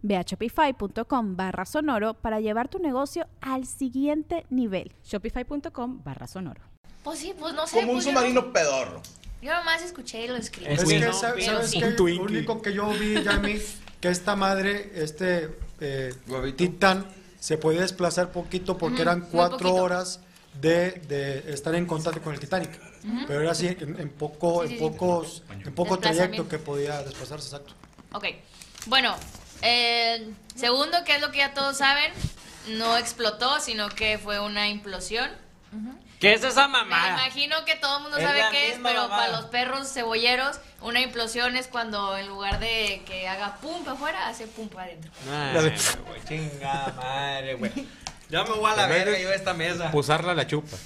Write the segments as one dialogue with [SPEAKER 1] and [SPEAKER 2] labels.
[SPEAKER 1] Ve a shopify.com barra sonoro para llevar tu negocio al siguiente nivel.
[SPEAKER 2] Shopify.com barra sonoro.
[SPEAKER 3] Pues sí, pues no sé.
[SPEAKER 4] Como un
[SPEAKER 3] pues yo-
[SPEAKER 4] submarino pedorro.
[SPEAKER 3] Yo nomás escuché y lo escribí.
[SPEAKER 5] Es
[SPEAKER 6] Es
[SPEAKER 5] que,
[SPEAKER 6] que,
[SPEAKER 3] pero-
[SPEAKER 5] sa-
[SPEAKER 3] pero
[SPEAKER 5] ¿sabes
[SPEAKER 3] sí.
[SPEAKER 5] qué?
[SPEAKER 6] Un
[SPEAKER 5] Lo
[SPEAKER 6] Twinkie.
[SPEAKER 5] único que yo vi, Yami, que esta madre, este eh,
[SPEAKER 4] Huevito.
[SPEAKER 5] titán, se podía desplazar poquito porque
[SPEAKER 3] Ujú,
[SPEAKER 5] eran
[SPEAKER 3] muy
[SPEAKER 5] cuatro
[SPEAKER 3] poquito.
[SPEAKER 5] horas de, de estar en contacto con el Titanic. Pero era así, en, en poco,
[SPEAKER 3] Sí, sí,
[SPEAKER 5] en
[SPEAKER 3] sí.
[SPEAKER 5] pocos, en poco
[SPEAKER 3] Desplazamiento.
[SPEAKER 5] trayecto que podía desplazarse, exacto.
[SPEAKER 3] Ok. Bueno, eh, segundo, que es lo que ya todos saben, no explotó, sino que fue una implosión.
[SPEAKER 6] ¿Qué es esa
[SPEAKER 3] Me
[SPEAKER 6] mamada?
[SPEAKER 3] imagino que todo el mundo
[SPEAKER 6] Es
[SPEAKER 3] sabe
[SPEAKER 6] la
[SPEAKER 3] qué es,
[SPEAKER 6] misma
[SPEAKER 3] pero
[SPEAKER 6] mamada.
[SPEAKER 3] para los perros cebolleros, una implosión es cuando en lugar de que haga pum para afuera, hace pum para adentro.
[SPEAKER 6] Ay,
[SPEAKER 4] La de-
[SPEAKER 6] güey, chingada madre, güey. Ya me voy a la verga yo de esta mesa.
[SPEAKER 7] Usarla la chupa.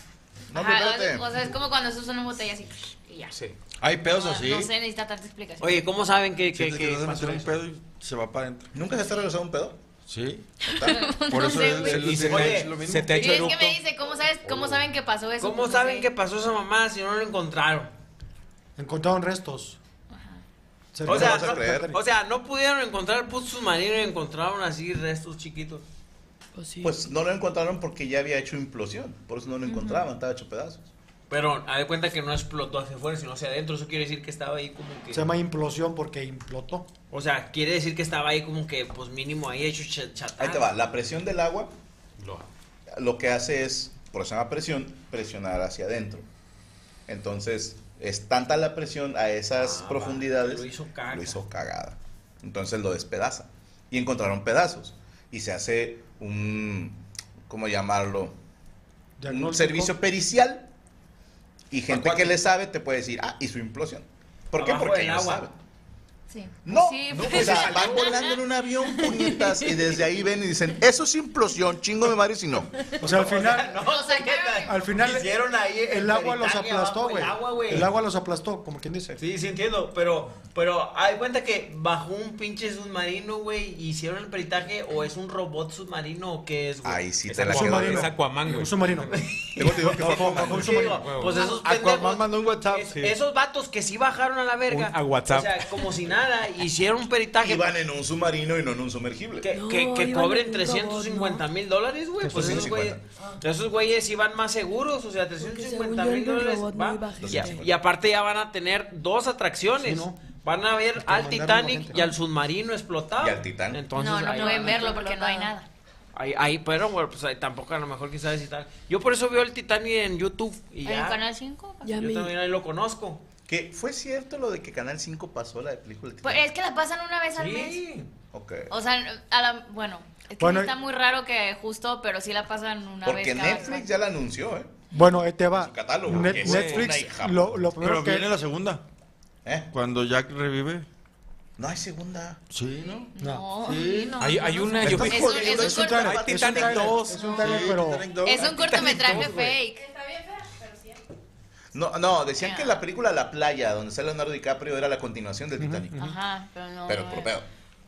[SPEAKER 4] No,
[SPEAKER 3] Ajá,
[SPEAKER 4] pero espérate.
[SPEAKER 3] o sea, es como cuando se usa una botella así y ya.
[SPEAKER 6] Sí.
[SPEAKER 4] Hay pedos
[SPEAKER 3] No,
[SPEAKER 4] así.
[SPEAKER 3] Ah, no se necesita tanta explicación.
[SPEAKER 6] Oye, ¿cómo saben que, que,
[SPEAKER 7] Sientes que
[SPEAKER 6] que
[SPEAKER 7] vas a
[SPEAKER 6] pasó
[SPEAKER 7] meter un
[SPEAKER 6] eso?
[SPEAKER 7] pedo y se va para adentro.
[SPEAKER 4] ¿Nunca se ha regresado un pedo?
[SPEAKER 7] Sí.
[SPEAKER 4] Total. Por
[SPEAKER 3] No
[SPEAKER 4] eso
[SPEAKER 3] sé,
[SPEAKER 4] el-
[SPEAKER 3] güey.
[SPEAKER 4] el-
[SPEAKER 7] Y se
[SPEAKER 4] el-
[SPEAKER 7] te-
[SPEAKER 4] es lo mismo.
[SPEAKER 7] se te ha
[SPEAKER 3] Y
[SPEAKER 7] hecho
[SPEAKER 3] es que me
[SPEAKER 7] eructo.
[SPEAKER 3] dice, ¿cómo, sabes,
[SPEAKER 4] Oh.
[SPEAKER 3] ¿cómo saben que pasó eso?
[SPEAKER 6] ¿Cómo
[SPEAKER 3] Pues no
[SPEAKER 6] saben
[SPEAKER 3] sé.
[SPEAKER 6] que pasó esa mamá si no lo encontraron?
[SPEAKER 5] Encontraron restos. Cerca
[SPEAKER 6] O
[SPEAKER 5] de-
[SPEAKER 6] sea,
[SPEAKER 4] vas a
[SPEAKER 6] no,
[SPEAKER 4] creer.
[SPEAKER 6] o sea, no pudieron encontrar puso su marido y encontraron así restos chiquitos.
[SPEAKER 4] Pues no lo encontraron porque ya había hecho implosión. Por eso no lo encontraban, estaba hecho pedazos.
[SPEAKER 6] Pero haz de cuenta que no explotó hacia afuera, sino hacia adentro. Eso quiere decir que estaba ahí como que.
[SPEAKER 5] se llama implosión porque implotó.
[SPEAKER 6] O sea, quiere decir que estaba ahí como que, pues mínimo ahí hecho cha- chatarra.
[SPEAKER 4] Ahí te va. La presión del agua
[SPEAKER 7] Lo-
[SPEAKER 4] lo que hace es, por eso se llama presión, presionar hacia adentro. Entonces, es tanta la presión a esas
[SPEAKER 6] Ah,
[SPEAKER 4] profundidades.
[SPEAKER 6] va, lo hizo caca.
[SPEAKER 4] lo hizo cagada. Entonces lo despedaza. Y encontraron pedazos. Y se hace un. ¿Cómo llamarlo?
[SPEAKER 5] Diagnóstico.
[SPEAKER 4] un servicio pericial y gente
[SPEAKER 6] Acuático.
[SPEAKER 4] que le sabe te puede decir, ah, y su implosión. ¿Por qué?
[SPEAKER 6] Abajo
[SPEAKER 4] Porque
[SPEAKER 6] del
[SPEAKER 4] no
[SPEAKER 6] agua.
[SPEAKER 4] sabe.
[SPEAKER 3] Sí.
[SPEAKER 4] No,
[SPEAKER 3] Sí,
[SPEAKER 4] no,
[SPEAKER 3] pues,
[SPEAKER 4] o sea, van volando en un avión, puñetas, y desde ahí ven y dicen, eso es implosión, chingo mi madre si no.
[SPEAKER 5] O sea, al final,
[SPEAKER 6] No,
[SPEAKER 3] Lo sacaron.
[SPEAKER 5] al final
[SPEAKER 6] Hicieron ahí
[SPEAKER 5] el
[SPEAKER 6] en
[SPEAKER 5] agua los
[SPEAKER 6] Britania,
[SPEAKER 5] aplastó,
[SPEAKER 6] abajo
[SPEAKER 5] güey.
[SPEAKER 6] El agua, güey.
[SPEAKER 5] El agua los aplastó, como quien dice.
[SPEAKER 6] Sí, sí entiendo, pero, pero hay cuenta que bajó un pinche submarino, güey, y hicieron el peritaje, o es un robot submarino, o qué es, güey.
[SPEAKER 4] Ahí sí
[SPEAKER 7] Es
[SPEAKER 4] te la
[SPEAKER 7] Aquaman,
[SPEAKER 5] submarino.
[SPEAKER 4] quedo.
[SPEAKER 7] Es
[SPEAKER 4] yo.
[SPEAKER 7] Aquaman, güey.
[SPEAKER 5] Un submarino.
[SPEAKER 4] Luego te digo que fue
[SPEAKER 5] Ojo,
[SPEAKER 4] Aquaman.
[SPEAKER 5] ojo,
[SPEAKER 6] Sí,
[SPEAKER 5] submarino.
[SPEAKER 6] digo, pues esos
[SPEAKER 7] Aquaman
[SPEAKER 6] pendejos,
[SPEAKER 7] mandó un WhatsApp, sí.
[SPEAKER 6] Esos vatos que sí bajaron a la verga.
[SPEAKER 7] Un a WhatsApp.
[SPEAKER 6] O sea, como si nada, hicieron un peritaje.
[SPEAKER 4] Iban en un submarino y no en un sumergible.
[SPEAKER 6] Que, que, que
[SPEAKER 1] iban en
[SPEAKER 6] cobren
[SPEAKER 1] un
[SPEAKER 6] 350 mil dólares, güey. Pues esos güeyes,
[SPEAKER 4] 350.
[SPEAKER 6] esos güeyes sí van más seguros, o sea, 350 mil dólares. va. Y, a- y aparte ya van a tener dos
[SPEAKER 5] Sí,
[SPEAKER 6] atracciones.
[SPEAKER 5] ¿no?
[SPEAKER 6] Van a ver
[SPEAKER 5] que
[SPEAKER 6] al
[SPEAKER 5] mandaron
[SPEAKER 6] Titanic
[SPEAKER 5] gente.
[SPEAKER 6] y al submarino explotado.
[SPEAKER 4] Y al Titán.
[SPEAKER 6] Entonces,
[SPEAKER 3] no, no
[SPEAKER 6] ahí-
[SPEAKER 3] pueden verlo porque no hay nada.
[SPEAKER 6] Ahí, ahí, pero, güey, pues ahí tampoco a lo mejor quizás es Titanic. Yo por eso veo el Titanic en YouTube y
[SPEAKER 3] ¿En el
[SPEAKER 6] ya.
[SPEAKER 3] canal 5?
[SPEAKER 6] Yo también ahí lo conozco.
[SPEAKER 4] Que fue cierto lo de que Canal 5 pasó la película del
[SPEAKER 3] Pues
[SPEAKER 4] Titán?
[SPEAKER 3] es que la pasan una vez al mes.
[SPEAKER 6] Sí.
[SPEAKER 4] Ok.
[SPEAKER 3] O sea, a la- bueno, es que
[SPEAKER 5] Bueno,
[SPEAKER 3] sí está
[SPEAKER 5] y-
[SPEAKER 3] muy raro que justo, pero sí la pasan una
[SPEAKER 4] Porque
[SPEAKER 3] vez cada
[SPEAKER 4] Netflix
[SPEAKER 3] cual.
[SPEAKER 4] ya la anunció, ¿eh?
[SPEAKER 5] Bueno, ahí te va.
[SPEAKER 4] Su catálogo,
[SPEAKER 5] Net-
[SPEAKER 4] que es una
[SPEAKER 5] Netflix,
[SPEAKER 4] hija.
[SPEAKER 5] lo, lo primero
[SPEAKER 7] Pero
[SPEAKER 5] que.
[SPEAKER 7] viene la segunda.
[SPEAKER 4] ¿Eh?
[SPEAKER 7] Cuando Jack revive.
[SPEAKER 4] No hay segunda.
[SPEAKER 7] Sí, ¿no?
[SPEAKER 3] No, sí, no,
[SPEAKER 7] Hay,
[SPEAKER 3] no,
[SPEAKER 7] hay
[SPEAKER 3] no
[SPEAKER 7] una.
[SPEAKER 3] sé.
[SPEAKER 7] Yo
[SPEAKER 3] Es
[SPEAKER 7] vi
[SPEAKER 3] un-
[SPEAKER 7] corriendo.
[SPEAKER 3] es un
[SPEAKER 7] Es un
[SPEAKER 3] corto-
[SPEAKER 7] trailer.
[SPEAKER 5] es un
[SPEAKER 7] Hay Titanic
[SPEAKER 5] trailer,
[SPEAKER 7] 2.
[SPEAKER 5] es un trailer, pero-
[SPEAKER 3] Es un cortometraje fake.
[SPEAKER 4] No, no, decían que la película La Playa, donde sale Leonardo DiCaprio, era la continuación del Titanic.
[SPEAKER 3] Ajá, pero no.
[SPEAKER 4] Pero por pedo.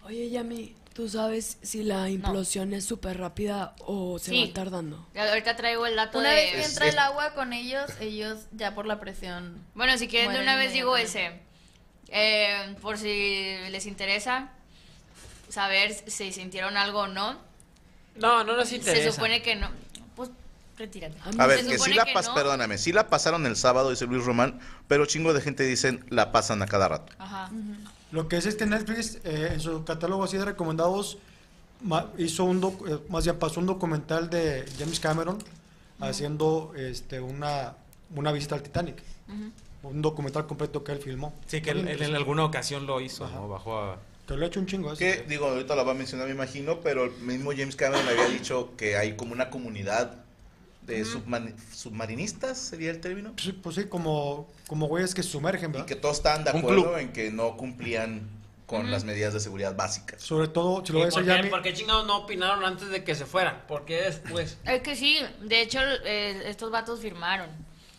[SPEAKER 8] Oye, Yami, ¿tú sabes si la implosión es súper rápida o se
[SPEAKER 3] Sí.
[SPEAKER 8] va tardando?
[SPEAKER 3] Ya, Ahorita traigo el dato
[SPEAKER 9] Una
[SPEAKER 3] de.
[SPEAKER 9] vez que
[SPEAKER 4] Es-
[SPEAKER 9] entra
[SPEAKER 4] es-
[SPEAKER 9] el agua con ellos, ellos ya por la presión.
[SPEAKER 3] Bueno, si quieren de
[SPEAKER 9] Mueren
[SPEAKER 3] una vez digo ese.
[SPEAKER 9] inmediatamente.
[SPEAKER 3] Eh, por si les interesa saber si sintieron algo o no.
[SPEAKER 6] No, no nos interesa.
[SPEAKER 3] Se supone que no. Pues retírate.
[SPEAKER 8] A
[SPEAKER 4] A
[SPEAKER 8] mí
[SPEAKER 4] ver,
[SPEAKER 3] Mm, Se
[SPEAKER 4] que sí
[SPEAKER 3] supone
[SPEAKER 4] la
[SPEAKER 3] que
[SPEAKER 4] pas,
[SPEAKER 3] no.
[SPEAKER 4] perdóname, sí la pasaron el sábado, dice Luis Román, pero chingo de gente dicen la pasan a cada rato.
[SPEAKER 3] Ajá.
[SPEAKER 5] Lo que es este Netflix, eh, en su catálogo así de recomendados, ma- hizo un doc- eh, más bien pasó un documental de James Cameron haciendo este una una visita al Titanic. Un documental completo que él filmó.
[SPEAKER 10] Sí, que él, él en alguna ocasión lo hizo, ¿no? Bajó a...
[SPEAKER 5] Que lo ha hecho un chingo eso.
[SPEAKER 4] Que, digo, ahorita la va a mencionar, me imagino, pero el mismo James Cameron había dicho que hay como una comunidad de submani- submarinistas, sería el término,
[SPEAKER 5] Sí, pues sí, como, como güeyes que se sumergen,
[SPEAKER 4] y
[SPEAKER 5] ¿verdad?
[SPEAKER 4] que todos estaban de
[SPEAKER 7] Un
[SPEAKER 4] acuerdo
[SPEAKER 7] club.
[SPEAKER 4] en que no cumplían con las medidas de seguridad básicas.
[SPEAKER 5] Sobre todo, si lo
[SPEAKER 6] ¿Y
[SPEAKER 5] ves
[SPEAKER 6] por,
[SPEAKER 5] allá.
[SPEAKER 6] qué, por qué chingados no opinaron antes de que se fuera? ¿Por qué después?
[SPEAKER 3] Es que sí, de hecho eh, estos vatos firmaron.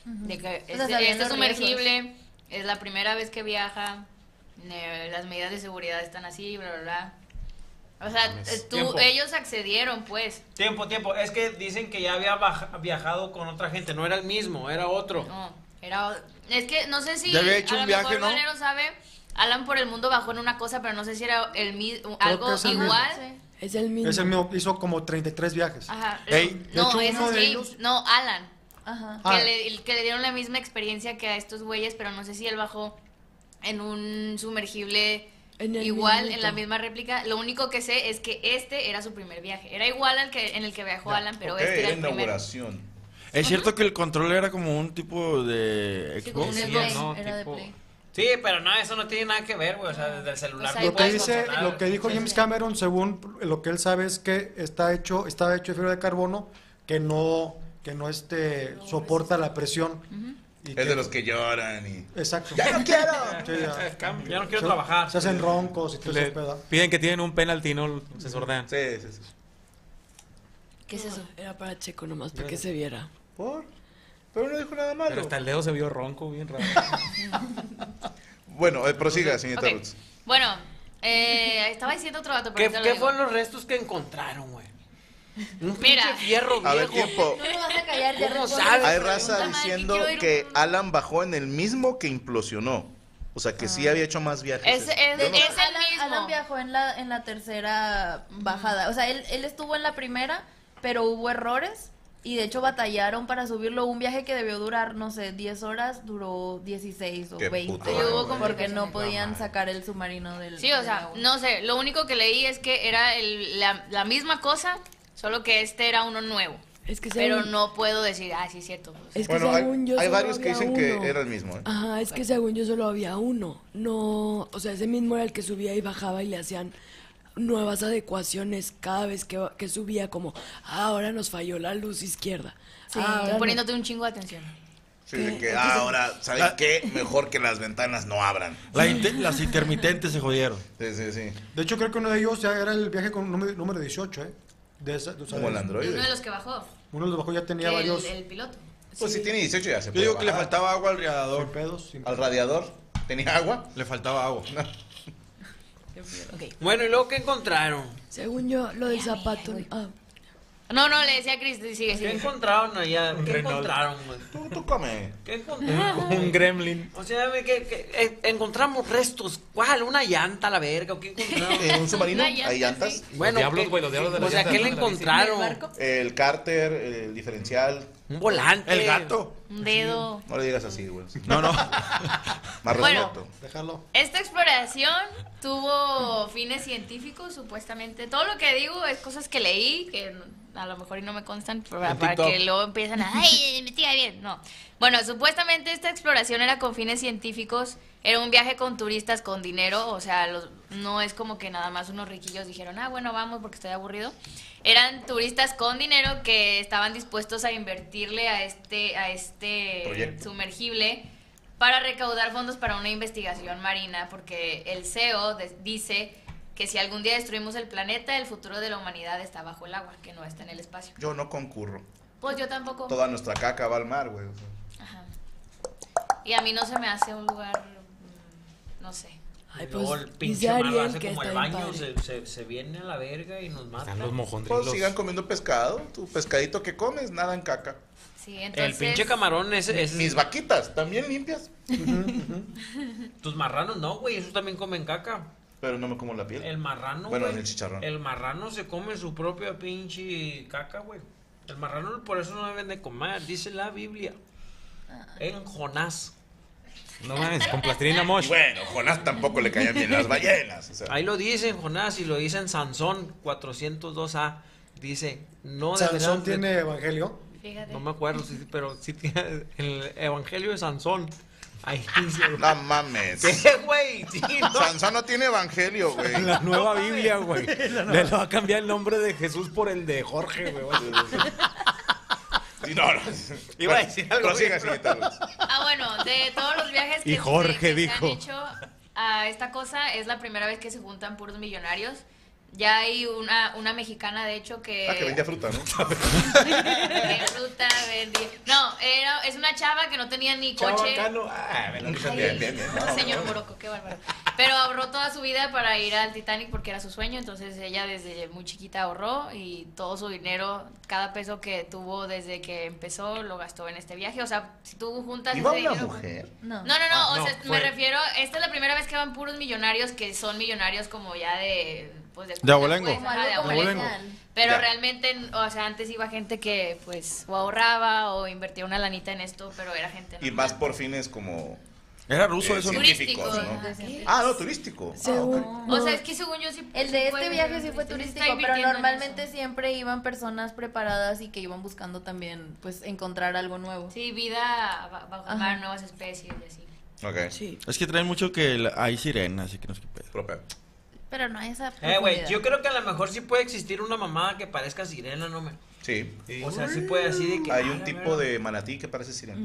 [SPEAKER 3] De que
[SPEAKER 9] O sea,
[SPEAKER 3] este-
[SPEAKER 9] sabían
[SPEAKER 3] este
[SPEAKER 9] los
[SPEAKER 3] sumergible es la primera vez que viaja, eh, las medidas de seguridad están así, bla, bla, bla. O sea, eh, tú-
[SPEAKER 6] Tiempo.
[SPEAKER 3] ellos accedieron, pues.
[SPEAKER 6] Tiempo, tiempo. Es que dicen que ya había baja- viajado con otra gente. No era el mismo, era otro.
[SPEAKER 3] No, era... o- Es que no sé si
[SPEAKER 7] Ya había hecho
[SPEAKER 3] a lo
[SPEAKER 7] un viaje,
[SPEAKER 3] mejor
[SPEAKER 7] ¿no?
[SPEAKER 3] Valero sabe, Alan por el mundo bajó en una cosa, pero no sé si era el mi- algo
[SPEAKER 5] que es el mismo.
[SPEAKER 3] igual.
[SPEAKER 8] Es el mismo.
[SPEAKER 5] Ese mío hizo como 33 viajes.
[SPEAKER 3] Ajá.
[SPEAKER 7] Ey,
[SPEAKER 5] de
[SPEAKER 3] no,
[SPEAKER 5] hecho,
[SPEAKER 3] es
[SPEAKER 5] uno de
[SPEAKER 3] James,
[SPEAKER 5] ellos-
[SPEAKER 3] no, Alan.
[SPEAKER 9] Ajá.
[SPEAKER 5] Ah.
[SPEAKER 3] que, le, el que le dieron la misma experiencia que a estos güeyes, pero no sé si él bajó en un sumergible
[SPEAKER 8] En el
[SPEAKER 3] igual,
[SPEAKER 8] mismito.
[SPEAKER 3] en la misma réplica. Lo único que sé es que este era su primer viaje. Era igual al que en el que viajó Alan, pero
[SPEAKER 4] Ok,
[SPEAKER 3] este era
[SPEAKER 4] era
[SPEAKER 3] el primero.
[SPEAKER 4] inauguración.
[SPEAKER 7] Es cierto que el control era como un tipo de
[SPEAKER 9] Sí, como
[SPEAKER 7] Xbox.
[SPEAKER 9] de
[SPEAKER 10] sí,
[SPEAKER 9] Play,
[SPEAKER 10] ¿no?
[SPEAKER 9] Era de
[SPEAKER 10] Tipo-
[SPEAKER 9] Play.
[SPEAKER 6] Sí, pero no, eso no tiene nada que ver, güey. O sea, desde el celular.
[SPEAKER 3] O sea,
[SPEAKER 5] Lo que
[SPEAKER 3] puedes
[SPEAKER 5] dice,
[SPEAKER 6] pues,
[SPEAKER 3] controlar.
[SPEAKER 5] lo que dijo James Cameron, según lo que él sabe es que está hecho, está hecho de fibra de carbono que no, que no este, soporta la presión. Y
[SPEAKER 4] Es de los que lloran y...
[SPEAKER 5] Exacto.
[SPEAKER 4] ¡Ya no quiero!
[SPEAKER 5] Sí, ya.
[SPEAKER 6] Yo no quiero
[SPEAKER 5] Se-
[SPEAKER 6] trabajar.
[SPEAKER 5] Se hacen roncos y todo
[SPEAKER 10] Le
[SPEAKER 5] eso, pedo.
[SPEAKER 10] piden que tienen un penalti, no se sordean.
[SPEAKER 4] Sí, sí, sí.
[SPEAKER 3] ¿Qué es eso?
[SPEAKER 8] Era para Checo nomás, para que se viera.
[SPEAKER 4] ¿Por? Pero no dijo nada malo.
[SPEAKER 10] Pero hasta el dedo se vio ronco, bien raro.
[SPEAKER 4] Bueno, eh, prosiga, señorita
[SPEAKER 3] Ok.
[SPEAKER 4] Roots.
[SPEAKER 3] Bueno, eh, estaba diciendo otro dato, pero
[SPEAKER 6] ¿Qué,
[SPEAKER 3] ahorita lo
[SPEAKER 6] qué
[SPEAKER 3] digo.
[SPEAKER 6] fueron los restos que encontraron, güey? Un
[SPEAKER 3] Mira.
[SPEAKER 6] pinche fierro
[SPEAKER 4] A ver,
[SPEAKER 6] viejo.
[SPEAKER 4] tiempo.
[SPEAKER 9] No lo vas a callar, ya
[SPEAKER 6] ¿Cómo
[SPEAKER 9] responde.
[SPEAKER 6] sabes?
[SPEAKER 4] Hay
[SPEAKER 6] Pregunta,
[SPEAKER 4] raza
[SPEAKER 3] madre, que
[SPEAKER 4] diciendo
[SPEAKER 3] quiero ir
[SPEAKER 4] que
[SPEAKER 3] un-
[SPEAKER 4] Alan bajó en el mismo que implosionó. O sea, que sí había hecho más viajes.
[SPEAKER 3] Ese- ese-
[SPEAKER 4] Yo no-
[SPEAKER 3] ese- Ah. Es el
[SPEAKER 9] Alan,
[SPEAKER 3] mismo.
[SPEAKER 9] Alan viajó en la, en la tercera bajada. O sea, él, él estuvo en la primera, pero hubo errores. Y de hecho batallaron para subirlo. Un viaje que debió durar, no sé, 10 horas, duró 16 o
[SPEAKER 4] Qué
[SPEAKER 9] 20.
[SPEAKER 4] puta
[SPEAKER 9] Y
[SPEAKER 4] madre,
[SPEAKER 9] hubo
[SPEAKER 4] güey.
[SPEAKER 9] porque no podían sacar el submarino del.
[SPEAKER 3] Sí, o
[SPEAKER 9] del
[SPEAKER 3] sea,
[SPEAKER 9] agua.
[SPEAKER 3] no sé, lo único que leí es que era el- la, la misma cosa, solo que este era uno nuevo.
[SPEAKER 8] Es que
[SPEAKER 3] Pero
[SPEAKER 8] según-
[SPEAKER 3] no puedo decir, ah, sí es cierto. pues.
[SPEAKER 8] Es que
[SPEAKER 4] Bueno, hay,
[SPEAKER 8] según yo
[SPEAKER 4] hay
[SPEAKER 8] solo
[SPEAKER 4] varios que
[SPEAKER 8] había
[SPEAKER 4] dicen que
[SPEAKER 8] uno.
[SPEAKER 4] era el mismo. ¿eh?
[SPEAKER 3] Ah,
[SPEAKER 8] Ajá, es que según yo solo había uno. No, o sea, ese mismo era el que subía y bajaba y le hacían nuevas adecuaciones cada vez que, que subía, como, "Ah, ahora nos falló la luz izquierda.
[SPEAKER 3] Sí,
[SPEAKER 8] Ah, ahora no".
[SPEAKER 3] poniéndote un chingo de atención.
[SPEAKER 4] Sí, de que "Ah, ahora, ¿sabes qué? Mejor que las ventanas no abran.
[SPEAKER 7] La inte- las intermitentes se jodieron.
[SPEAKER 4] Sí, sí, sí.
[SPEAKER 5] De hecho, creo que uno de ellos ya era el viaje con número, número 18, ¿eh? De esa- o sea,
[SPEAKER 4] Como el
[SPEAKER 3] Y uno de
[SPEAKER 4] androide.
[SPEAKER 3] los que bajó,
[SPEAKER 5] Uno de los bajos ya
[SPEAKER 3] que
[SPEAKER 5] tenía
[SPEAKER 3] el,
[SPEAKER 5] varios
[SPEAKER 3] el piloto.
[SPEAKER 4] Pues si tiene 18 ya se
[SPEAKER 7] Yo
[SPEAKER 4] puede
[SPEAKER 7] digo que le
[SPEAKER 4] bajar.
[SPEAKER 7] faltaba agua al
[SPEAKER 5] sin
[SPEAKER 7] radiador.
[SPEAKER 5] pedos. sin-
[SPEAKER 4] Al radiador tenía agua.
[SPEAKER 7] Le faltaba agua.
[SPEAKER 6] Bueno, ¿y luego qué encontraron?
[SPEAKER 8] Según yo, lo del zapato. ah,
[SPEAKER 3] No, no, le decía a Chris, sigue,
[SPEAKER 6] ¿Qué
[SPEAKER 3] sigue.
[SPEAKER 6] encontraron allá? ¿Qué
[SPEAKER 10] Renault.
[SPEAKER 6] encontraron, güey?
[SPEAKER 4] Tú, tú come.
[SPEAKER 6] ¿Qué encontraron?
[SPEAKER 10] un gremlin.
[SPEAKER 6] O sea, ¿qué, qué- eh, encontramos restos. ¿Cuál? ¿Una llanta a la verga? ¿O qué encontraron?
[SPEAKER 4] En Eh, un submarino
[SPEAKER 3] Una llanta,
[SPEAKER 4] hay llantas.
[SPEAKER 3] sí.
[SPEAKER 10] Los diablos,
[SPEAKER 6] ¿qué-
[SPEAKER 10] güey, los diablos de la
[SPEAKER 6] O sea,
[SPEAKER 10] llanta
[SPEAKER 6] ¿qué
[SPEAKER 10] de
[SPEAKER 6] le
[SPEAKER 10] la bici.
[SPEAKER 9] ¿Del
[SPEAKER 6] encontraron?
[SPEAKER 9] barco?
[SPEAKER 4] El cárter, el diferencial.
[SPEAKER 6] Un volante.
[SPEAKER 7] El gato.
[SPEAKER 3] Un dedo.
[SPEAKER 4] No le digas así, güey.
[SPEAKER 7] No, no.
[SPEAKER 4] Más
[SPEAKER 3] Bueno.
[SPEAKER 4] respeto.
[SPEAKER 5] Dejarlo.
[SPEAKER 3] Esta exploración tuvo fines científicos, supuestamente. Todo lo que digo es cosas que leí, que no- a lo mejor y no me constan, pero para,
[SPEAKER 6] En TikTok.
[SPEAKER 3] que luego empiezan a, ay, investiga bien. No. Bueno, supuestamente esta exploración era con fines científicos, era un viaje con turistas con dinero, o sea, los- no es como que nada más unos riquillos dijeron, ah, bueno, vamos porque estoy aburrido. Eran turistas con dinero que estaban dispuestos a invertirle a este, a este
[SPEAKER 4] Proyecto.
[SPEAKER 3] sumergible para recaudar fondos para una investigación marina, porque el CEO de- dice que si algún día destruimos el planeta, el futuro de la humanidad está bajo el agua, que no está en el espacio.
[SPEAKER 4] Yo no concurro.
[SPEAKER 3] Pues yo tampoco.
[SPEAKER 4] Toda nuestra caca va al mar, güey. O sea,
[SPEAKER 3] Ajá. Y a mí no se me hace un lugar, mm, no sé.
[SPEAKER 8] ay,
[SPEAKER 6] Y
[SPEAKER 8] pues,
[SPEAKER 6] luego el
[SPEAKER 8] dice
[SPEAKER 6] pinche malo
[SPEAKER 8] Ariel
[SPEAKER 6] hace
[SPEAKER 8] que
[SPEAKER 6] como
[SPEAKER 8] está
[SPEAKER 6] el
[SPEAKER 8] bien
[SPEAKER 6] baño,
[SPEAKER 8] padre.
[SPEAKER 6] se, se, se viene a la verga y nos mata.
[SPEAKER 10] Están los mojondrilos.
[SPEAKER 4] Pues sigan comiendo pescado. Tu pescadito que comes, nada en caca.
[SPEAKER 3] Sí,
[SPEAKER 6] El
[SPEAKER 3] entonces,
[SPEAKER 6] pinche camarón ese, ese-
[SPEAKER 4] Mis vaquitas, también limpias.
[SPEAKER 6] tus marranos no, güey, esos también comen caca.
[SPEAKER 4] Pero no me como la piel.
[SPEAKER 6] El marrano,
[SPEAKER 4] Bueno,
[SPEAKER 6] güey,
[SPEAKER 4] en el chicharrón.
[SPEAKER 6] El marrano se come su propia pinche caca, güey. El marrano por eso no deben de comer, dice la Biblia.
[SPEAKER 8] Ah.
[SPEAKER 6] En Jonás.
[SPEAKER 10] No mames, con plastilina mosh.
[SPEAKER 4] Y bueno, Jonás tampoco le caían bien las ballenas. O sea,
[SPEAKER 6] Ahí lo dice en Jonás y lo dice en Sansón 402A. Dice, no
[SPEAKER 5] Sansón
[SPEAKER 6] deberán de-
[SPEAKER 5] tiene evangelio.
[SPEAKER 3] Fíjate.
[SPEAKER 6] No me acuerdo, sí, sí, pero sí tiene el Evangelio de Sansón. Ahí dice.
[SPEAKER 4] No mames.
[SPEAKER 6] ¿Qué, güey? Sí, no.
[SPEAKER 4] Sansón no tiene evangelio, güey.
[SPEAKER 10] En la nueva Biblia, güey. Le va a cambiar el nombre de Jesús por el de Jorge, güey.
[SPEAKER 4] Sí, no, no.
[SPEAKER 6] Iba a decir algo, güey,
[SPEAKER 4] Prosiga,
[SPEAKER 6] pero-
[SPEAKER 4] señorita Ruth.
[SPEAKER 3] Ah, bueno, de todos los viajes que,
[SPEAKER 10] Y Jorge
[SPEAKER 3] que se
[SPEAKER 10] dijo.
[SPEAKER 3] han hecho a esta cosa, es la primera vez que se juntan puros millonarios. Ya hay una, una mexicana, de hecho, que...
[SPEAKER 4] Ah, que vendía fruta, ¿no?
[SPEAKER 3] que fruta vendía. No, era, es una chava que no tenía ni coche.
[SPEAKER 6] Chabacano. Ah, me lo dicen
[SPEAKER 4] Bien, bien,
[SPEAKER 8] este
[SPEAKER 4] bien. No,
[SPEAKER 3] Señor
[SPEAKER 4] no, no.
[SPEAKER 3] Moroco, qué bárbaro. Pero ahorró toda su vida para ir al Titanic porque era su sueño, entonces ella desde muy chiquita ahorró y todo su dinero, cada peso que tuvo desde que empezó, lo gastó en este viaje. O sea, si tú juntas
[SPEAKER 4] ¿Iba
[SPEAKER 3] ese
[SPEAKER 4] una
[SPEAKER 3] dinero-
[SPEAKER 4] mujer?
[SPEAKER 9] No.
[SPEAKER 3] No, no, no,
[SPEAKER 6] Ah,
[SPEAKER 3] o
[SPEAKER 6] no,
[SPEAKER 3] sea,
[SPEAKER 6] fue-
[SPEAKER 3] me refiero, esta es la primera vez que van puros millonarios que son millonarios como ya de... Pues de,
[SPEAKER 7] De abolengo.
[SPEAKER 3] pues,
[SPEAKER 9] Como
[SPEAKER 3] ajá, de
[SPEAKER 9] algo
[SPEAKER 3] abolengo.
[SPEAKER 9] comercial.
[SPEAKER 3] Pero
[SPEAKER 4] Ya.
[SPEAKER 3] realmente, o sea, antes iba gente que pues o ahorraba o invertía una lanita en esto, pero era gente...
[SPEAKER 4] Y
[SPEAKER 3] normal.
[SPEAKER 4] más por fines como
[SPEAKER 7] Era ruso
[SPEAKER 4] eh,
[SPEAKER 7] eso. ¿no?
[SPEAKER 3] Turístico.
[SPEAKER 4] científicos, ¿no?
[SPEAKER 3] Turísticos, ajá.
[SPEAKER 4] Ah, no, turístico. Ah,
[SPEAKER 8] Según-
[SPEAKER 4] ok.
[SPEAKER 3] O sea, es que según yo sí...
[SPEAKER 9] El
[SPEAKER 3] sí
[SPEAKER 9] de este
[SPEAKER 3] puede-
[SPEAKER 9] viaje sí fue
[SPEAKER 3] está
[SPEAKER 9] turístico, pero
[SPEAKER 3] invirtiendo en
[SPEAKER 9] normalmente
[SPEAKER 3] eso.
[SPEAKER 9] siempre iban personas preparadas y que iban buscando también, pues, encontrar algo nuevo.
[SPEAKER 3] Sí, vida ba- bajo el mar,
[SPEAKER 9] Ajá.
[SPEAKER 3] nuevas especies y así.
[SPEAKER 4] Ok.
[SPEAKER 8] Sí.
[SPEAKER 7] Es que traen mucho que la- hay sirenas y que no sé qué pedo.
[SPEAKER 4] Propio.
[SPEAKER 9] Pero no esa
[SPEAKER 6] Eh, güey,
[SPEAKER 9] profundidad.
[SPEAKER 6] yo creo que a lo mejor sí puede existir una mamada que parezca sirena, no me.
[SPEAKER 4] Sí.
[SPEAKER 6] O sea, sí puede así de que.
[SPEAKER 4] Hay
[SPEAKER 6] ah,
[SPEAKER 4] un
[SPEAKER 6] la
[SPEAKER 4] tipo
[SPEAKER 6] verga.
[SPEAKER 4] de manatí que parece sirena.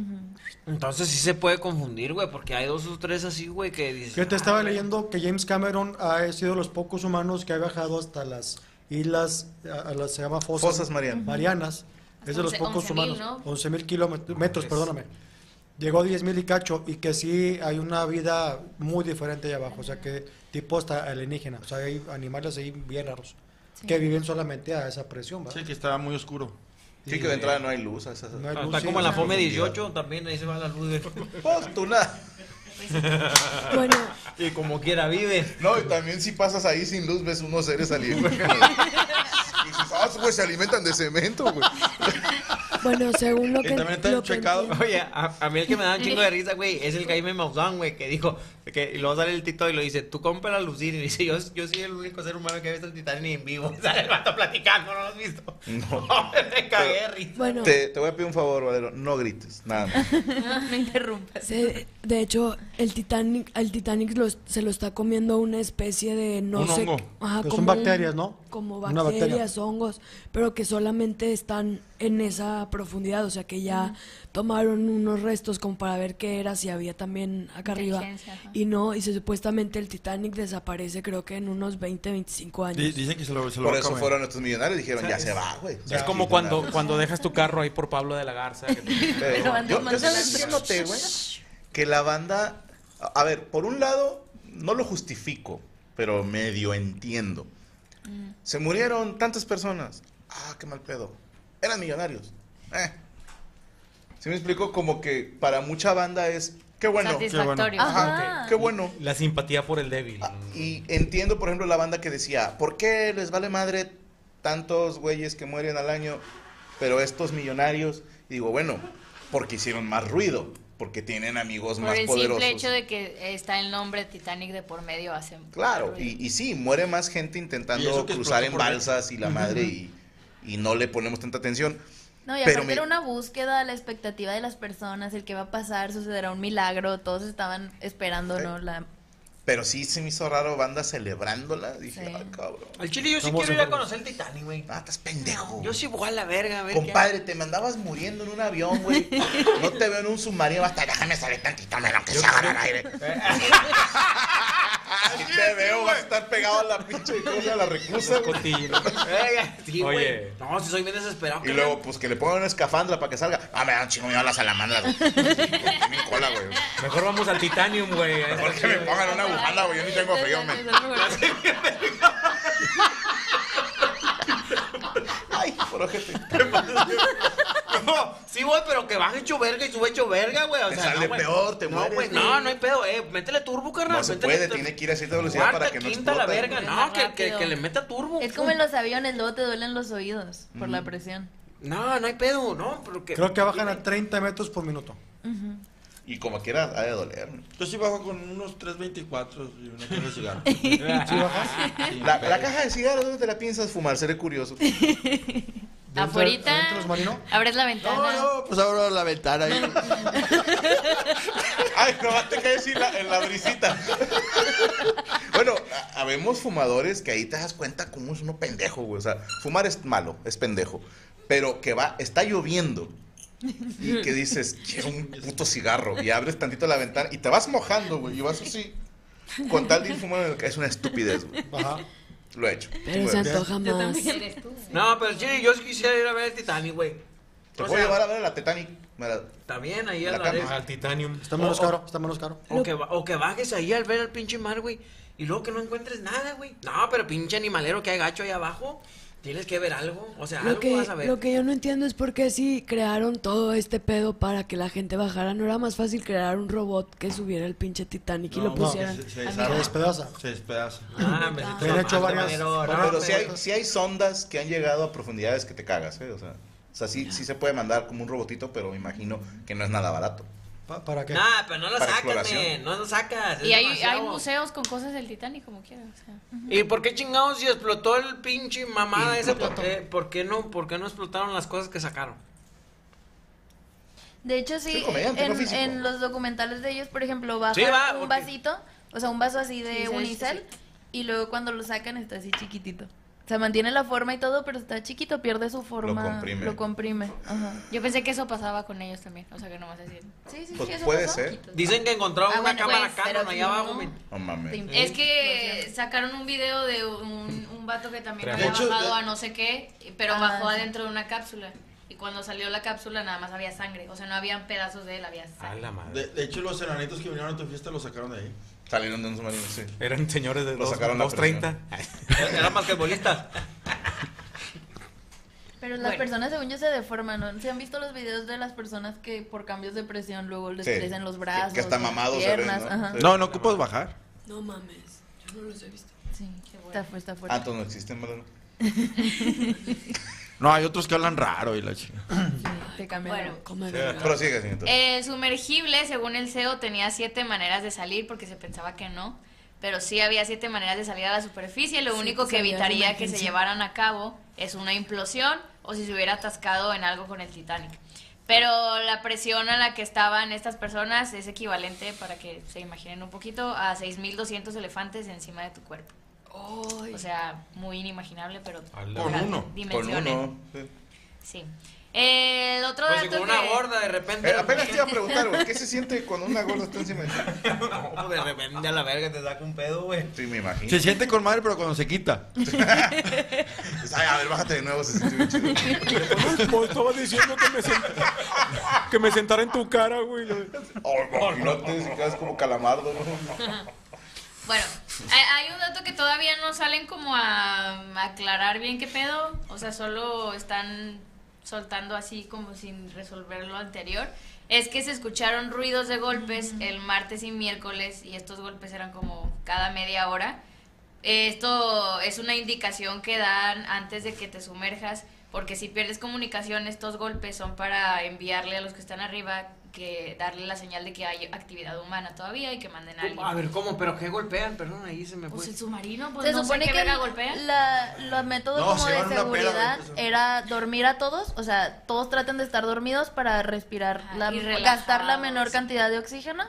[SPEAKER 6] Entonces sí se puede confundir, güey, porque hay dos o tres así, güey, que dicen.
[SPEAKER 5] Yo te
[SPEAKER 6] ah,
[SPEAKER 5] estaba
[SPEAKER 6] güey.
[SPEAKER 5] leyendo que James Cameron ha sido de los pocos humanos que ha viajado hasta las islas, a, a las se llama Fosas,
[SPEAKER 4] Fosas Marianas.
[SPEAKER 5] Marianas. Es de los
[SPEAKER 3] Once-
[SPEAKER 5] pocos
[SPEAKER 3] once mil,
[SPEAKER 5] humanos.
[SPEAKER 3] ¿no?
[SPEAKER 5] 11 mil kilómetros,
[SPEAKER 10] Pues.
[SPEAKER 5] metros, perdóname. Llegó a 10 mil y cacho, y que sí hay una vida muy diferente allá abajo, o sea, que tipo hasta alienígena. O sea, hay animales ahí bien raros que viven solamente a esa presión, ¿verdad?
[SPEAKER 7] Sí, que estaba muy oscuro.
[SPEAKER 4] Sí, que de entrada no hay luz. a esas-
[SPEAKER 5] No hay
[SPEAKER 6] Ah,
[SPEAKER 5] luz,
[SPEAKER 6] Está
[SPEAKER 5] sí,
[SPEAKER 6] como en la
[SPEAKER 5] sí.
[SPEAKER 6] FOME 18, también ahí se va la luz. De...
[SPEAKER 4] Pues tú nada.
[SPEAKER 8] Bueno,
[SPEAKER 6] y como quiera vive.
[SPEAKER 4] No, y también si pasas ahí sin luz, ves unos seres alienígenas. y dices, ah, güey, se alimentan de cemento, güey.
[SPEAKER 8] bueno, según lo
[SPEAKER 7] Y
[SPEAKER 8] que.
[SPEAKER 7] también está
[SPEAKER 8] lo
[SPEAKER 7] el
[SPEAKER 8] que
[SPEAKER 7] checado.
[SPEAKER 8] entiendo-
[SPEAKER 6] Oye, a, a mí el que me da un chingo de risa, güey, es el Jaime Maussan, güey, que dijo, que, y luego sale el Tito y lo dice, tú compra la lucir, y dice, yo, yo soy el único ser humano que ha visto el Titanic en vivo, sale el vato platicando, ¿no lo has visto?
[SPEAKER 4] No.
[SPEAKER 6] me cagué de risa.
[SPEAKER 8] Bueno,
[SPEAKER 4] Te, te voy a pedir un favor, Valero. No grites, nada más.
[SPEAKER 9] No interrumpas.
[SPEAKER 8] se- de hecho, el Titanic, al Titanic lo- se lo está comiendo una especie de no
[SPEAKER 7] Un
[SPEAKER 8] sé.
[SPEAKER 7] hongo.
[SPEAKER 8] ajá,
[SPEAKER 5] Que son
[SPEAKER 8] como
[SPEAKER 5] bacterias, ¿no?
[SPEAKER 8] Como
[SPEAKER 5] Una bacteria.
[SPEAKER 8] bacterias, hongos, pero que solamente están en esa profundidad, o sea que ya tomaron unos restos como para ver qué era, si había también acá arriba.
[SPEAKER 3] Inteligencia, ajá.
[SPEAKER 8] Y no, y se- supuestamente el Titanic desaparece creo que en unos 20, 25 años.
[SPEAKER 7] Di- Dicen que se lo, se lo
[SPEAKER 4] Por
[SPEAKER 7] va a
[SPEAKER 4] eso
[SPEAKER 7] comer.
[SPEAKER 4] fueron nuestros millonarios y dijeron, ya se va, güey.
[SPEAKER 10] Es como cuando, cuando dejas tu carro ahí por Pablo de la Garza. que te-
[SPEAKER 4] Pero
[SPEAKER 9] Pero antes
[SPEAKER 4] yo, yo
[SPEAKER 9] mandan
[SPEAKER 4] sabes
[SPEAKER 9] las
[SPEAKER 4] qué noté, güey, que la banda, a a ver, por un lado, no lo justifico, pero medio entiendo.
[SPEAKER 7] Mm.
[SPEAKER 4] Se murieron tantas personas. Ah, qué mal pedo. Eran millonarios. Eh. ¿Sí me explico? Como que para mucha banda es, qué bueno.
[SPEAKER 3] Satisfactorio.
[SPEAKER 4] Ajá, qué bueno.
[SPEAKER 10] La simpatía por el débil.
[SPEAKER 4] Ah, Y entiendo, por ejemplo, la banda que decía, ¿por qué les vale madre tantos güeyes que mueren al año, pero estos millonarios? Y digo, bueno, porque hicieron más ruido, porque tienen amigos
[SPEAKER 3] Por
[SPEAKER 4] más
[SPEAKER 3] el
[SPEAKER 4] poderosos.
[SPEAKER 3] simple hecho de que está el nombre Titanic de por medio hace...
[SPEAKER 4] Claro, y, y sí, muere más gente
[SPEAKER 7] Y eso
[SPEAKER 4] intentando
[SPEAKER 7] que
[SPEAKER 4] cruzar
[SPEAKER 7] explotó
[SPEAKER 4] en
[SPEAKER 7] por dentro.
[SPEAKER 4] balsas y la madre y, y no le ponemos tanta atención.
[SPEAKER 9] No, y
[SPEAKER 4] Pero
[SPEAKER 9] aparte
[SPEAKER 4] me-
[SPEAKER 9] era una búsqueda, la expectativa de las personas, el que va a pasar, sucederá un milagro, todos estaban esperando, ¿no? La...
[SPEAKER 4] Pero sí se me hizo raro banda celebrándola. Dije,
[SPEAKER 9] Sí.
[SPEAKER 4] ah, cabrón.
[SPEAKER 6] Al chile yo sí
[SPEAKER 5] Somos
[SPEAKER 6] quiero ir a
[SPEAKER 5] enfermos.
[SPEAKER 6] conocer el Titanic, güey.
[SPEAKER 4] Ah, estás pendejo.
[SPEAKER 6] Yo sí voy a la verga, a ver qué
[SPEAKER 4] Compadre, te mandabas muriendo en un avión, güey. No te veo en un submarino. Hasta déjame salir tantito, menos que se agarre el aire. Si te veo, vas a estar pegado a la pinche cosa, a la recusa. güey.
[SPEAKER 10] Cotillo.
[SPEAKER 6] Verga, sí, güey.
[SPEAKER 10] Oye.
[SPEAKER 6] Eh, No, si soy bien desesperado.
[SPEAKER 4] Y luego, pues que le pongan una escafandra para que salga. Ah, me da un chingo miedo a la salamandra, güey. Mi cola, güey.
[SPEAKER 10] Mejor vamos al Titanium, güey.
[SPEAKER 4] Mejor que me pongan una bufanda, güey. Yo ni tengo frío, men. Ay, por ojete.
[SPEAKER 6] No, sí voy, pero que van hecho verga y sube hecho verga, güey. O
[SPEAKER 4] Te
[SPEAKER 6] sea,
[SPEAKER 4] sale
[SPEAKER 6] no, güey.
[SPEAKER 4] peor, te
[SPEAKER 6] no,
[SPEAKER 4] mueres,
[SPEAKER 6] güey,
[SPEAKER 4] güey.
[SPEAKER 6] No, no hay pedo, eh. Métele turbo, carnal.
[SPEAKER 4] No se
[SPEAKER 6] métele
[SPEAKER 4] puede,
[SPEAKER 6] turbo.
[SPEAKER 4] tiene que ir a cierta velocidad
[SPEAKER 6] Cuarta,
[SPEAKER 4] para que no
[SPEAKER 6] quinta, la
[SPEAKER 4] explote,
[SPEAKER 6] verga.
[SPEAKER 4] güey.
[SPEAKER 6] No, que, que,
[SPEAKER 9] Rápido.
[SPEAKER 6] que le meta turbo.
[SPEAKER 9] Es como en los aviones, luego te duelen los oídos por la presión.
[SPEAKER 6] No, no hay pedo, no, pero que...
[SPEAKER 5] Creo que bajan a 30 metros por minuto.
[SPEAKER 4] Y como quiera, ha de doler. ¿no?
[SPEAKER 7] Yo sí bajo con unos 324 y una caja de cigarro.
[SPEAKER 5] ¿Sí bajas?
[SPEAKER 7] Sí,
[SPEAKER 4] La,
[SPEAKER 7] pero-
[SPEAKER 11] Pues
[SPEAKER 4] la caja de cigarros, ¿dónde te la piensas fumar? Seré curioso.
[SPEAKER 5] ¿Dentro-
[SPEAKER 3] Afuerita.
[SPEAKER 5] adentro del submarino?
[SPEAKER 3] Abres la ventana.
[SPEAKER 11] No, no, pues abro la ventana y
[SPEAKER 4] Ay, nomás te caes en la, en la brisita. bueno, a- habemos fumadores que ahí te das cuenta cómo es uno pendejo, güey. O sea, fumar es malo, es pendejo. Pero que va, está lloviendo. Y que dices, quiero un puto cigarro. Y abres tantito la ventana y te vas mojando, güey. Y vas así. Con tal de ir fumando, es una estupidez, güey.
[SPEAKER 5] Ajá.
[SPEAKER 4] Lo he hecho.
[SPEAKER 8] Pero se
[SPEAKER 4] Güey,
[SPEAKER 8] antoja más.
[SPEAKER 6] No, pero sí, yo sí quisiera ir a ver el Titanic, güey.
[SPEAKER 4] Te
[SPEAKER 6] O
[SPEAKER 4] voy a
[SPEAKER 6] sea,
[SPEAKER 4] llevar a ver a la Titanic. Me la-
[SPEAKER 6] También ahí a
[SPEAKER 4] La
[SPEAKER 6] la
[SPEAKER 4] cama.
[SPEAKER 6] vez.
[SPEAKER 10] Al Titanium.
[SPEAKER 5] Está menos
[SPEAKER 6] Oh, oh.
[SPEAKER 5] caro, está menos caro.
[SPEAKER 6] O que, ba- o que bajes ahí al ver al pinche mar, güey. Y luego que no encuentres nada, güey. No, pero pinche animalero que hay gacho ahí abajo. Tienes que ver algo. O sea,
[SPEAKER 8] Lo
[SPEAKER 6] algo
[SPEAKER 8] que,
[SPEAKER 6] vas a ver.
[SPEAKER 8] lo que yo no entiendo es por qué si crearon todo este pedo para que la gente bajara, no era más fácil crear un robot que subiera el pinche Titanic y lo pusieran.
[SPEAKER 7] se, se
[SPEAKER 5] Se
[SPEAKER 7] desarma,
[SPEAKER 5] despedaza.
[SPEAKER 7] se despedaza.
[SPEAKER 6] Ah, me
[SPEAKER 5] Te han hecho varias- varias-
[SPEAKER 6] Ah,
[SPEAKER 4] Pero sí hay, sí hay sondas que han llegado a profundidades que te cagas, ¿eh? O sea, o sea, sí, sí se puede mandar como un robotito, pero me imagino que no es nada barato.
[SPEAKER 5] Pa- ¿Para qué?
[SPEAKER 6] Nah, pero no lo
[SPEAKER 4] Para
[SPEAKER 6] sacas,
[SPEAKER 4] exploración.
[SPEAKER 6] men. No lo sacas. es
[SPEAKER 3] Y hay,
[SPEAKER 6] demasiado.
[SPEAKER 3] hay museos con cosas del Titanic, como quieras. o sea.
[SPEAKER 6] ¿Y por qué chingados si explotó el pinche mamada esa? ¿Por
[SPEAKER 4] Explotó.
[SPEAKER 6] qué, por qué no, por qué no explotaron las cosas que sacaron?
[SPEAKER 9] De hecho, sí,
[SPEAKER 4] Sí, comediante, no
[SPEAKER 9] en,
[SPEAKER 4] físico.
[SPEAKER 9] en los documentales de ellos, por ejemplo, bajan
[SPEAKER 6] Sí, va,
[SPEAKER 9] un
[SPEAKER 6] porque-
[SPEAKER 9] vasito, o sea, un vaso así de
[SPEAKER 3] Sí, sí,
[SPEAKER 9] unicel,
[SPEAKER 3] sí,
[SPEAKER 9] y luego cuando lo sacan está así chiquitito. O sea, mantiene la forma y todo, pero está chiquito, pierde su forma.
[SPEAKER 4] comprime.
[SPEAKER 9] Lo comprime. Ajá.
[SPEAKER 3] Yo pensé que eso pasaba con ellos también. O sea, que nomás así.
[SPEAKER 9] Sí, sí,
[SPEAKER 4] Pues
[SPEAKER 9] sí, eso
[SPEAKER 4] puede
[SPEAKER 9] pasó.
[SPEAKER 4] ser.
[SPEAKER 6] Dicen que encontraron
[SPEAKER 9] Ah,
[SPEAKER 6] una
[SPEAKER 9] bueno,
[SPEAKER 6] cámara
[SPEAKER 9] pues,
[SPEAKER 6] Canon
[SPEAKER 9] pero
[SPEAKER 6] allá
[SPEAKER 9] si no,
[SPEAKER 6] abajo,
[SPEAKER 9] no.
[SPEAKER 6] men.
[SPEAKER 4] No
[SPEAKER 9] Te
[SPEAKER 4] mames.
[SPEAKER 9] imp-
[SPEAKER 3] Es que sacaron un video de un, un vato que también
[SPEAKER 10] De
[SPEAKER 3] había
[SPEAKER 11] hecho,
[SPEAKER 3] bajado
[SPEAKER 11] de-
[SPEAKER 3] a no sé qué, pero
[SPEAKER 9] Ah,
[SPEAKER 3] bajó
[SPEAKER 9] sí.
[SPEAKER 3] adentro de una cápsula. Y cuando salió la cápsula nada más había sangre. O sea, no habían pedazos de él, había
[SPEAKER 10] A
[SPEAKER 3] sangre.
[SPEAKER 10] la
[SPEAKER 11] De,
[SPEAKER 10] madre.
[SPEAKER 11] de hecho, los enanitos que vinieron a tu fiesta los sacaron de ahí.
[SPEAKER 4] Salieron de un submarino, sí.
[SPEAKER 10] Eran señores de
[SPEAKER 4] Lo sacaron la
[SPEAKER 10] 230.
[SPEAKER 6] Eran basquetbolistas.
[SPEAKER 9] Pero las
[SPEAKER 3] Bueno.
[SPEAKER 9] personas, según yo, se deforman, ¿no? ¿Se han visto los videos de las personas que por cambios de presión luego les
[SPEAKER 4] Sí.
[SPEAKER 9] crecen los brazos?
[SPEAKER 4] Que hasta
[SPEAKER 9] las
[SPEAKER 4] mamados se ven,
[SPEAKER 9] piernas,
[SPEAKER 4] ¿no?
[SPEAKER 9] ajá.
[SPEAKER 4] Sí.
[SPEAKER 7] No, no ocupas bajar.
[SPEAKER 8] No mames, yo no los he visto.
[SPEAKER 9] Sí, está fuerte, está fuerte.
[SPEAKER 4] Ah, entonces no existen, ¿verdad?
[SPEAKER 7] No, hay otros que hablan raro y la chica.
[SPEAKER 9] Sí, te cambian.
[SPEAKER 3] Bueno.
[SPEAKER 8] Come verga.
[SPEAKER 4] Pero sigue, señorita.
[SPEAKER 3] El Eh, sumergible, según el CEO, tenía siete maneras de salir porque se pensaba que no. Pero sí había siete maneras de salir a la superficie. Lo
[SPEAKER 8] Sí,
[SPEAKER 3] único
[SPEAKER 8] pues,
[SPEAKER 3] que
[SPEAKER 8] había
[SPEAKER 3] evitaría que se
[SPEAKER 8] emergencia.
[SPEAKER 3] llevaran a cabo es una implosión o si se hubiera atascado en algo con el Titanic. Pero la presión a la que estaban estas personas es equivalente, para que se imaginen un poquito, a 6.200 elefantes encima de tu cuerpo.
[SPEAKER 8] Ay.
[SPEAKER 3] O sea, muy inimaginable, pero...
[SPEAKER 7] Con
[SPEAKER 3] Ajá,
[SPEAKER 7] uno,
[SPEAKER 4] Con
[SPEAKER 3] dimensiones.
[SPEAKER 4] uno. sí.
[SPEAKER 3] Sí. El otro
[SPEAKER 6] Pues si
[SPEAKER 3] dato
[SPEAKER 6] con una
[SPEAKER 3] que-
[SPEAKER 6] gorda de repente.
[SPEAKER 4] Eh, apenas te iba a preguntar, güey, ¿qué se siente cuando una gorda está encima de ti?
[SPEAKER 6] No, de repente a la verga te saca un pedo, güey.
[SPEAKER 4] Sí, me
[SPEAKER 9] Eh.
[SPEAKER 4] imagino.
[SPEAKER 7] Se siente con madre, pero cuando se quita.
[SPEAKER 4] Ay, a ver, bájate de nuevo, se siente bien chido.
[SPEAKER 10] Pues estaba diciendo que me, sent- que me sentara en tu cara, güey.
[SPEAKER 4] Oh, imagínate, si quedas como calamardo, ¿no?
[SPEAKER 3] Bueno, hay, hay un dato que todavía no salen como a aclarar bien qué pedo, o sea, solo están soltando así como sin resolver lo anterior. Es que se escucharon ruidos de golpes el martes y miércoles y estos golpes eran como cada media hora. Esto es una indicación que dan antes de que te sumerjas, porque si pierdes comunicación, estos golpes son para enviarle a los que están arriba que darle la señal de que hay actividad humana todavía y que manden a alguien.
[SPEAKER 6] A ver, ¿cómo? ¿Pero qué golpean? Perdón, ahí se me
[SPEAKER 3] Pues
[SPEAKER 6] fue.
[SPEAKER 3] el submarino, pues
[SPEAKER 9] Se
[SPEAKER 3] no
[SPEAKER 9] supone
[SPEAKER 3] sé qué
[SPEAKER 9] que
[SPEAKER 3] verga golpea.
[SPEAKER 9] la, los métodos
[SPEAKER 11] No,
[SPEAKER 9] como
[SPEAKER 11] se
[SPEAKER 9] de
[SPEAKER 11] van una peda, güey,
[SPEAKER 9] seguridad
[SPEAKER 11] pues,
[SPEAKER 9] era dormir a todos, o sea, todos traten de estar dormidos para respirar,
[SPEAKER 3] Ajá,
[SPEAKER 9] la-
[SPEAKER 3] y
[SPEAKER 9] gastar la
[SPEAKER 3] relajados.
[SPEAKER 9] menor cantidad de oxígeno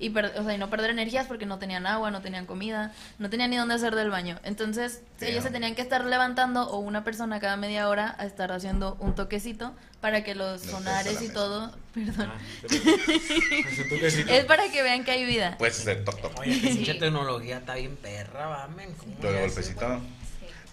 [SPEAKER 9] y, per- o sea, y no perder energías porque no tenían agua, no tenían comida, no tenían ni dónde hacer del baño. Entonces
[SPEAKER 4] Damn.
[SPEAKER 9] ellos se tenían que estar levantando o una persona cada media hora a estar haciendo un toquecito para que los
[SPEAKER 4] No,
[SPEAKER 9] sonares
[SPEAKER 4] pesa la
[SPEAKER 9] y
[SPEAKER 4] mesa.
[SPEAKER 9] todo, perdón, es
[SPEAKER 10] Es
[SPEAKER 9] para que vean que hay vida.
[SPEAKER 6] Pues,
[SPEAKER 4] Puedes hacer toc, toc.
[SPEAKER 6] Oye, qué pinche
[SPEAKER 3] Sí.
[SPEAKER 6] tecnología está bien perra, va, men. ¿Cómo
[SPEAKER 4] Lo de
[SPEAKER 6] le hace para-
[SPEAKER 4] golpecito.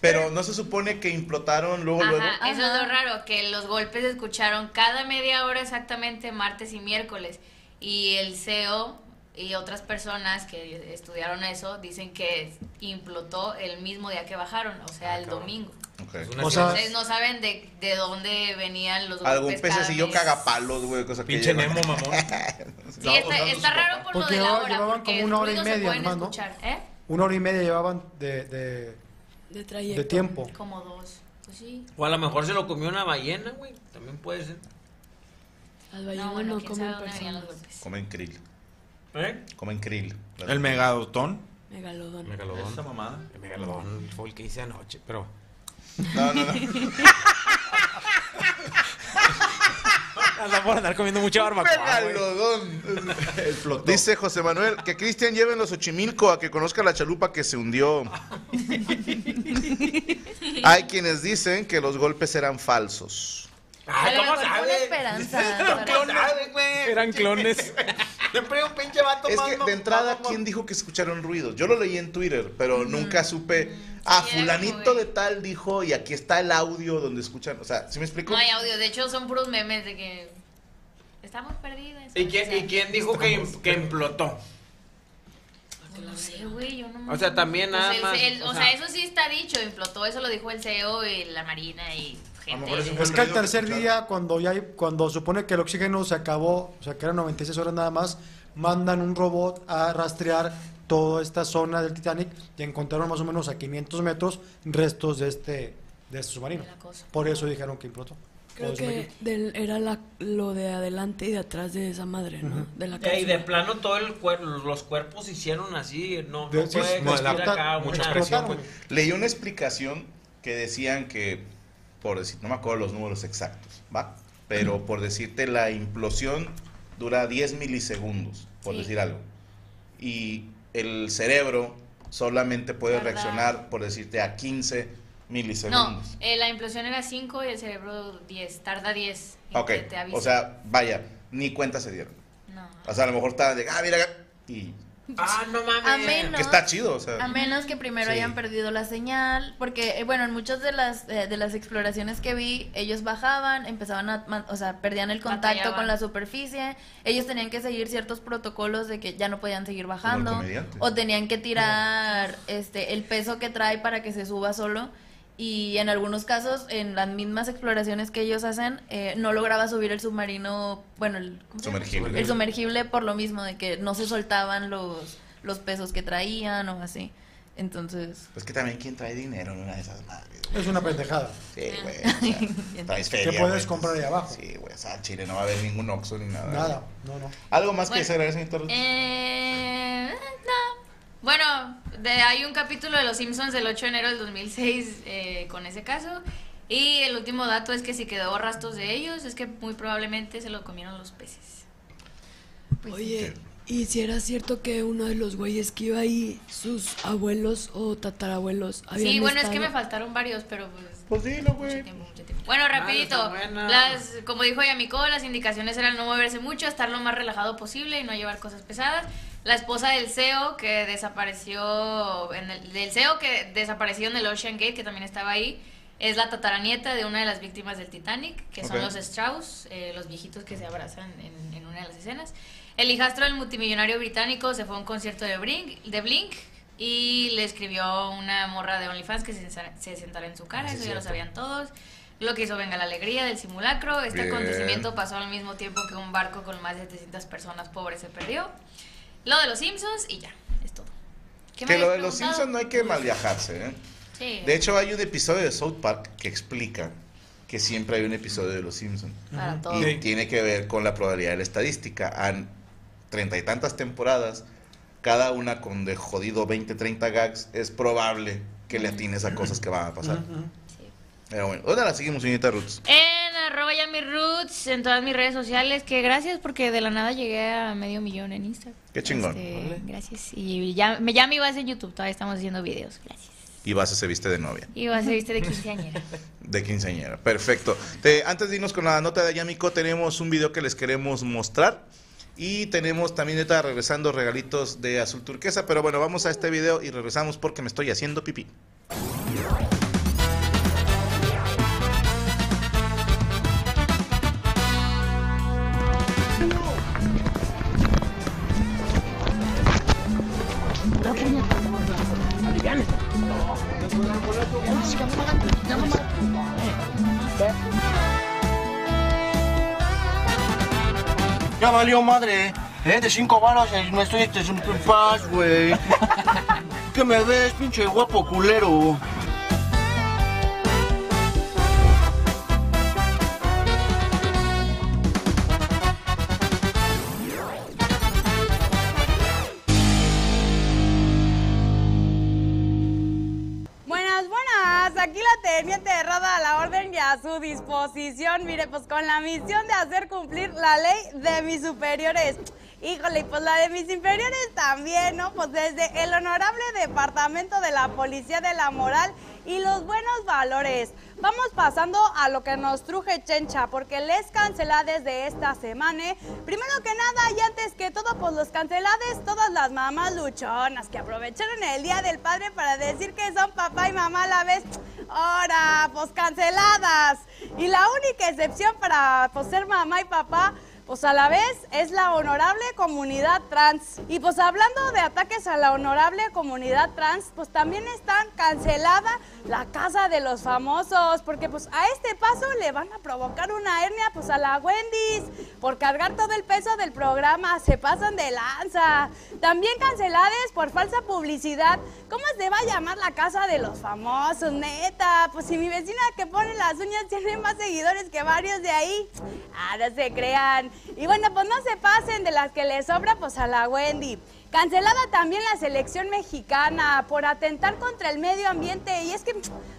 [SPEAKER 4] Pero no se supone que implotaron luego, luego.
[SPEAKER 3] Ajá, eso es
[SPEAKER 9] Ajá.
[SPEAKER 3] lo raro, que los golpes se escucharon cada media hora exactamente martes y miércoles. Y el CEO y otras personas que estudiaron eso dicen que implotó el mismo día que bajaron, o sea, el
[SPEAKER 6] cabrón.
[SPEAKER 3] domingo.
[SPEAKER 4] Ok.
[SPEAKER 6] Una
[SPEAKER 5] O sea,
[SPEAKER 3] Entonces no saben de, de dónde venían los golpes.
[SPEAKER 4] Algún
[SPEAKER 3] cada
[SPEAKER 4] pececillo
[SPEAKER 3] mes.
[SPEAKER 4] cagapalos, güey, cosa que
[SPEAKER 10] Pinche
[SPEAKER 4] lleva.
[SPEAKER 10] Nemo, mamón.
[SPEAKER 3] Sí, está, está raro por
[SPEAKER 5] Porque
[SPEAKER 3] lo de la
[SPEAKER 5] llevaba-
[SPEAKER 3] hora,
[SPEAKER 5] llevaban
[SPEAKER 3] porque
[SPEAKER 5] como una hora y
[SPEAKER 3] ruidos se
[SPEAKER 5] media
[SPEAKER 3] pueden
[SPEAKER 5] nomás, ¿no?
[SPEAKER 3] escuchar, ¿eh?
[SPEAKER 5] Una hora y media llevaban de, de,
[SPEAKER 8] De
[SPEAKER 5] de
[SPEAKER 8] trayecto.
[SPEAKER 5] tiempo.
[SPEAKER 3] Como dos. Pues sí.
[SPEAKER 6] O a lo mejor se lo comió una ballena, güey. También puede ser.
[SPEAKER 8] Al
[SPEAKER 3] No,
[SPEAKER 8] ballena
[SPEAKER 3] bueno,
[SPEAKER 8] no
[SPEAKER 3] quién sabe
[SPEAKER 8] comen
[SPEAKER 3] dónde venían los
[SPEAKER 8] personas.
[SPEAKER 3] golpes.
[SPEAKER 4] Comen krill.
[SPEAKER 6] ¿Eh?
[SPEAKER 4] Comen krill.
[SPEAKER 7] El megadotón.
[SPEAKER 8] Megalodón.
[SPEAKER 10] Megalodón.
[SPEAKER 11] mamada.
[SPEAKER 10] El megalodón fue el que hice anoche, pero.
[SPEAKER 4] No, no, no.
[SPEAKER 10] Anda por andar comiendo mucha barbacoa. güey.
[SPEAKER 4] Dice José Manuel que Cristian lleven los Ochimilco a que conozca la chalupa que se hundió. Hay quienes dicen que los golpes eran falsos.
[SPEAKER 3] Ay, ¿cómo
[SPEAKER 9] Una
[SPEAKER 3] sabe?
[SPEAKER 9] esperanza.
[SPEAKER 6] ¿Cómo sabe, güey?
[SPEAKER 10] Eran clones.
[SPEAKER 6] Siempre un pinche vato
[SPEAKER 4] Es
[SPEAKER 6] más
[SPEAKER 4] que
[SPEAKER 6] mam-
[SPEAKER 4] de entrada,
[SPEAKER 6] más mam-
[SPEAKER 4] ¿quién dijo que escucharon ruidos? Yo lo leí en Twitter, pero nunca supe. Ah,
[SPEAKER 3] Sí, era
[SPEAKER 4] fulanito
[SPEAKER 3] como de-
[SPEAKER 4] de tal dijo y aquí está el audio donde escuchan. O sea, ¿sí me explico?
[SPEAKER 3] No hay audio, de hecho son puros memes de que estamos perdidas.
[SPEAKER 6] ¿Y quién, y quién dijo que, im- que implotó?
[SPEAKER 3] No sé, güey, yo no
[SPEAKER 6] O sea, también nada
[SPEAKER 3] Pues el-
[SPEAKER 6] más,
[SPEAKER 3] el-
[SPEAKER 6] o
[SPEAKER 3] o sea,
[SPEAKER 6] sea-
[SPEAKER 3] eso sí está dicho, implotó, eso lo dijo el CEO y la Marina y
[SPEAKER 11] A lo
[SPEAKER 3] gente.
[SPEAKER 11] mejor es un
[SPEAKER 5] Es que al
[SPEAKER 11] ruido que
[SPEAKER 5] tercer
[SPEAKER 11] escucharon.
[SPEAKER 5] día, cuando ya hay- cuando supone que el oxígeno se acabó, o sea, que eran 96 horas nada más, mandan un robot a rastrear toda esta zona del Titanic y encontraron más o menos a 500 metros restos de este, de este submarino.
[SPEAKER 3] La cosa.
[SPEAKER 5] Por eso dijeron que implotó.
[SPEAKER 8] Creo
[SPEAKER 5] Pues,
[SPEAKER 8] que del- era la- lo de adelante y de atrás de esa madre, ¿no? De la
[SPEAKER 6] Y de
[SPEAKER 8] cápsula.
[SPEAKER 6] plano todo el cuerpo, los cuerpos se hicieron así, no, no
[SPEAKER 5] De- sí,
[SPEAKER 6] puede
[SPEAKER 5] no,
[SPEAKER 6] existir
[SPEAKER 5] explota-
[SPEAKER 6] acá
[SPEAKER 5] mucha
[SPEAKER 6] una-
[SPEAKER 5] presión,
[SPEAKER 6] pues.
[SPEAKER 5] güey.
[SPEAKER 4] Leí una explicación que decían que, por decir, no me acuerdo los números exactos, ¿va? Pero por decirte, la implosión dura 10 milisegundos, por
[SPEAKER 3] Sí.
[SPEAKER 4] decir algo. Y el cerebro solamente puede
[SPEAKER 3] Tarda-
[SPEAKER 4] reaccionar, por decirte, a 15
[SPEAKER 3] No,
[SPEAKER 4] milisegundos.
[SPEAKER 3] eh, la implosión era 5 y el cerebro 10, tarda 10. en
[SPEAKER 4] ok,
[SPEAKER 3] que te avise.
[SPEAKER 4] o sea, vaya, ni cuenta se dieron.
[SPEAKER 3] no.
[SPEAKER 4] O sea, a lo mejor estaban de, ah, mira, y
[SPEAKER 6] Ah, no mames.
[SPEAKER 9] A menos-
[SPEAKER 4] que está chido, o sea.
[SPEAKER 9] A menos que primero
[SPEAKER 4] Sí.
[SPEAKER 9] hayan perdido la señal, porque eh, bueno, en muchas de las eh, de las exploraciones que vi, ellos bajaban, empezaban a, man- o sea, perdían el contacto
[SPEAKER 3] Batallaban.
[SPEAKER 9] con la superficie, ellos tenían que seguir ciertos protocolos de que ya no podían seguir bajando
[SPEAKER 4] comediante.
[SPEAKER 9] o tenían que tirar este el peso que trae para que se suba solo. Y en algunos casos, en las mismas exploraciones que ellos hacen, eh, no lograba subir el submarino, bueno, el, ¿cómo se llama?
[SPEAKER 4] Sumergible.
[SPEAKER 9] El sumergible por lo mismo, de que no se soltaban los, los pesos que traían o así. Entonces,
[SPEAKER 4] Pues que también quien trae dinero en una de esas madres.
[SPEAKER 5] Es una pendejada.
[SPEAKER 4] Sí,
[SPEAKER 3] Eh.
[SPEAKER 4] güey. o sea, traes feria,
[SPEAKER 5] ¿Qué puedes
[SPEAKER 4] güey,
[SPEAKER 5] comprar ahí
[SPEAKER 4] entonces,
[SPEAKER 5] abajo?
[SPEAKER 4] Sí, güey. O sea, al Chile no va a haber ningún Oxxo ni nada.
[SPEAKER 5] Nada, no, no.
[SPEAKER 4] ¿Algo más
[SPEAKER 3] Bueno,
[SPEAKER 4] que agregar, señor Torres?
[SPEAKER 3] Eh, no. Bueno, de- hay un capítulo de Los Simpsons del 8 de enero del 2006 eh, con ese caso. Y el último dato es que si quedó rastros de ellos, es que muy probablemente se lo comieron los peces.
[SPEAKER 8] Oye, ¿y si era cierto que uno de los güeyes que iba ahí, sus abuelos o tatarabuelos, habían
[SPEAKER 3] Sí, bueno, es que me
[SPEAKER 8] estado-
[SPEAKER 3] faltaron varios, pero pues...
[SPEAKER 4] Pues dilo,
[SPEAKER 3] Mucho
[SPEAKER 4] güey.
[SPEAKER 3] tiempo, mucho tiempo. Bueno,
[SPEAKER 6] está
[SPEAKER 3] rapidito.
[SPEAKER 6] buena.
[SPEAKER 3] Las, como dijo Yamiko, las indicaciones eran no moverse mucho, estar lo más relajado posible y no llevar cosas pesadas. La esposa del CEO que desapareció en el, del CEO que desapareció en el Ocean Gate, que también estaba ahí, es la tataranieta de una de las víctimas del Titanic, que son
[SPEAKER 4] Ok.
[SPEAKER 3] los Strauss, eh, los viejitos que se abrazan en, en una de las escenas. El hijastro del multimillonario británico se fue a un concierto de Blink, de Blink y le escribió una morra de OnlyFans que se, se sentara en su cara, eso ya lo sabían todos. Lo que hizo Venga la Alegría del simulacro. Este
[SPEAKER 4] Bien.
[SPEAKER 3] acontecimiento pasó al mismo tiempo que un barco con más de 700 personas pobres se perdió. Lo de los Simpsons y ya, es todo. ¿Qué me
[SPEAKER 4] que lo de
[SPEAKER 3] habías
[SPEAKER 4] los
[SPEAKER 3] preguntado?
[SPEAKER 4] Simpsons no hay que malviajarse, ¿eh?
[SPEAKER 3] Sí.
[SPEAKER 4] De hecho, hay un episodio de South Park que explica que siempre hay un episodio de los Simpsons.
[SPEAKER 3] para todo.
[SPEAKER 4] Y
[SPEAKER 10] Sí.
[SPEAKER 4] tiene que ver con la probabilidad de la estadística. Han treinta y tantas temporadas, cada una con de jodido 20, 30 gags, es probable que le atines a cosas que van a pasar. Pero bueno, ¿dónde la seguimos, señorita Roots?
[SPEAKER 3] En arroba ya mis roots, en todas mis redes sociales, que gracias porque de la nada llegué a medio millón en Instagram.
[SPEAKER 4] Qué chingón.
[SPEAKER 3] Este, gracias. Y ya, me- ya me ibas en YouTube, todavía estamos haciendo videos. Gracias.
[SPEAKER 4] Y vas a se viste de novia.
[SPEAKER 3] Y vas a viste de quinceañera.
[SPEAKER 4] De quinceañera, perfecto. Te- antes de irnos con la nota de Yamiko, tenemos un video que les queremos mostrar. Y tenemos también está regresando regalitos de azul turquesa. Pero bueno, vamos a este video y regresamos porque me estoy haciendo pipí.
[SPEAKER 11] Ya valió madre, ¿eh? De cinco balas eh, no estoy, este es un paz, güey. ¿Qué me ves, pinche guapo culero?
[SPEAKER 12] Buenas, buenas, aquí la Independiente de Roda a la Orden y a su disposición. Mire, pues con la misión de hacer cumplir la ley de mis superiores. Híjole, y pues la de mis inferiores también, ¿no? Pues desde el honorable departamento de la Policía de la Moral y los buenos valores. Vamos pasando a lo que nos truje Chencha, porque les cancelades de esta semana. ¿eh? Primero que nada y antes que todo, pues los cancelades, todas las mamás luchonas que aprovecharon el Día del Padre para decir que son papá y mamá a la vez. Ahora, pues canceladas. Y la única excepción para pues, ser mamá y papá pues a la vez es la honorable comunidad trans. Y pues hablando de ataques a la honorable comunidad trans, pues también están cancelada la casa de los famosos, porque pues a este paso le van a provocar una hernia pues a la Wendy's por cargar todo el peso del programa, se pasan de lanza. También cancelades por falsa publicidad. ¿Cómo se va a llamar la casa de los famosos, neta? Pues si mi vecina que pone las uñas tiene más seguidores que varios de ahí. Ah, no se crean. Y bueno, pues no se pasen de las que les sobra, pues a la Wendy. Cancelada también la selección mexicana por atentar contra el medio ambiente. Y es que,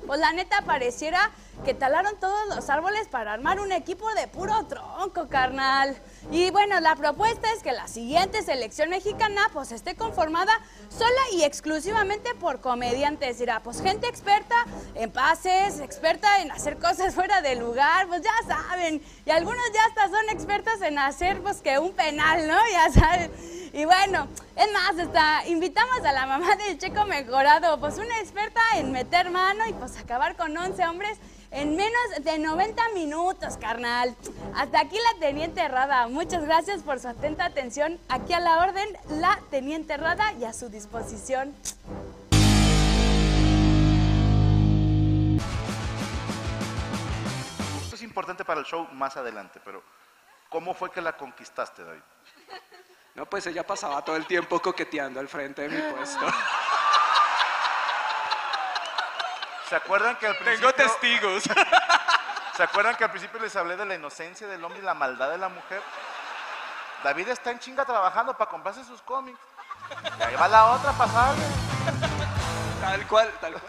[SPEAKER 12] pues la neta, pareciera que talaron todos los árboles para armar un equipo de puro tronco, carnal. Y bueno, la propuesta es que la siguiente selección mexicana, pues esté conformada sola y exclusivamente por comediantes. Dirá, pues gente experta en pases, experta en hacer cosas fuera de lugar, pues ya saben. Y algunos ya hasta son expertos en hacer, pues que un penal, ¿no? Ya saben. Y bueno, es más, hasta invitamos a la mamá del Checo Mejorado, pues una experta en meter mano y pues acabar con 11 hombres en menos de 90 minutos, carnal. Hasta aquí la Teniente Rada. Muchas gracias por su atenta atención. Aquí a la orden, la Teniente Rada y a su disposición.
[SPEAKER 4] Esto es importante para el show más adelante, pero ¿cómo fue que la conquistaste, David?
[SPEAKER 13] No, pues ella pasaba todo el tiempo coqueteando al frente de mi puesto.
[SPEAKER 4] ¿Se acuerdan que al principio...
[SPEAKER 13] Tengo testigos.
[SPEAKER 4] ¿Se acuerdan que al principio les hablé de la inocencia del hombre y la maldad de la mujer? David está en chinga trabajando para comprarse sus cómics. Y ahí va la otra pasable.
[SPEAKER 13] Tal cual, tal cual.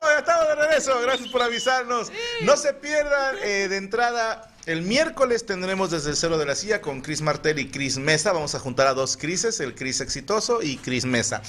[SPEAKER 4] Bueno, Estamos de regreso, gracias por avisarnos. No se pierdan eh, de entrada. El miércoles tendremos desde el cero de la silla con Chris Martel y Chris Mesa. Vamos a juntar a dos Crises, el Chris exitoso y Chris Mesa.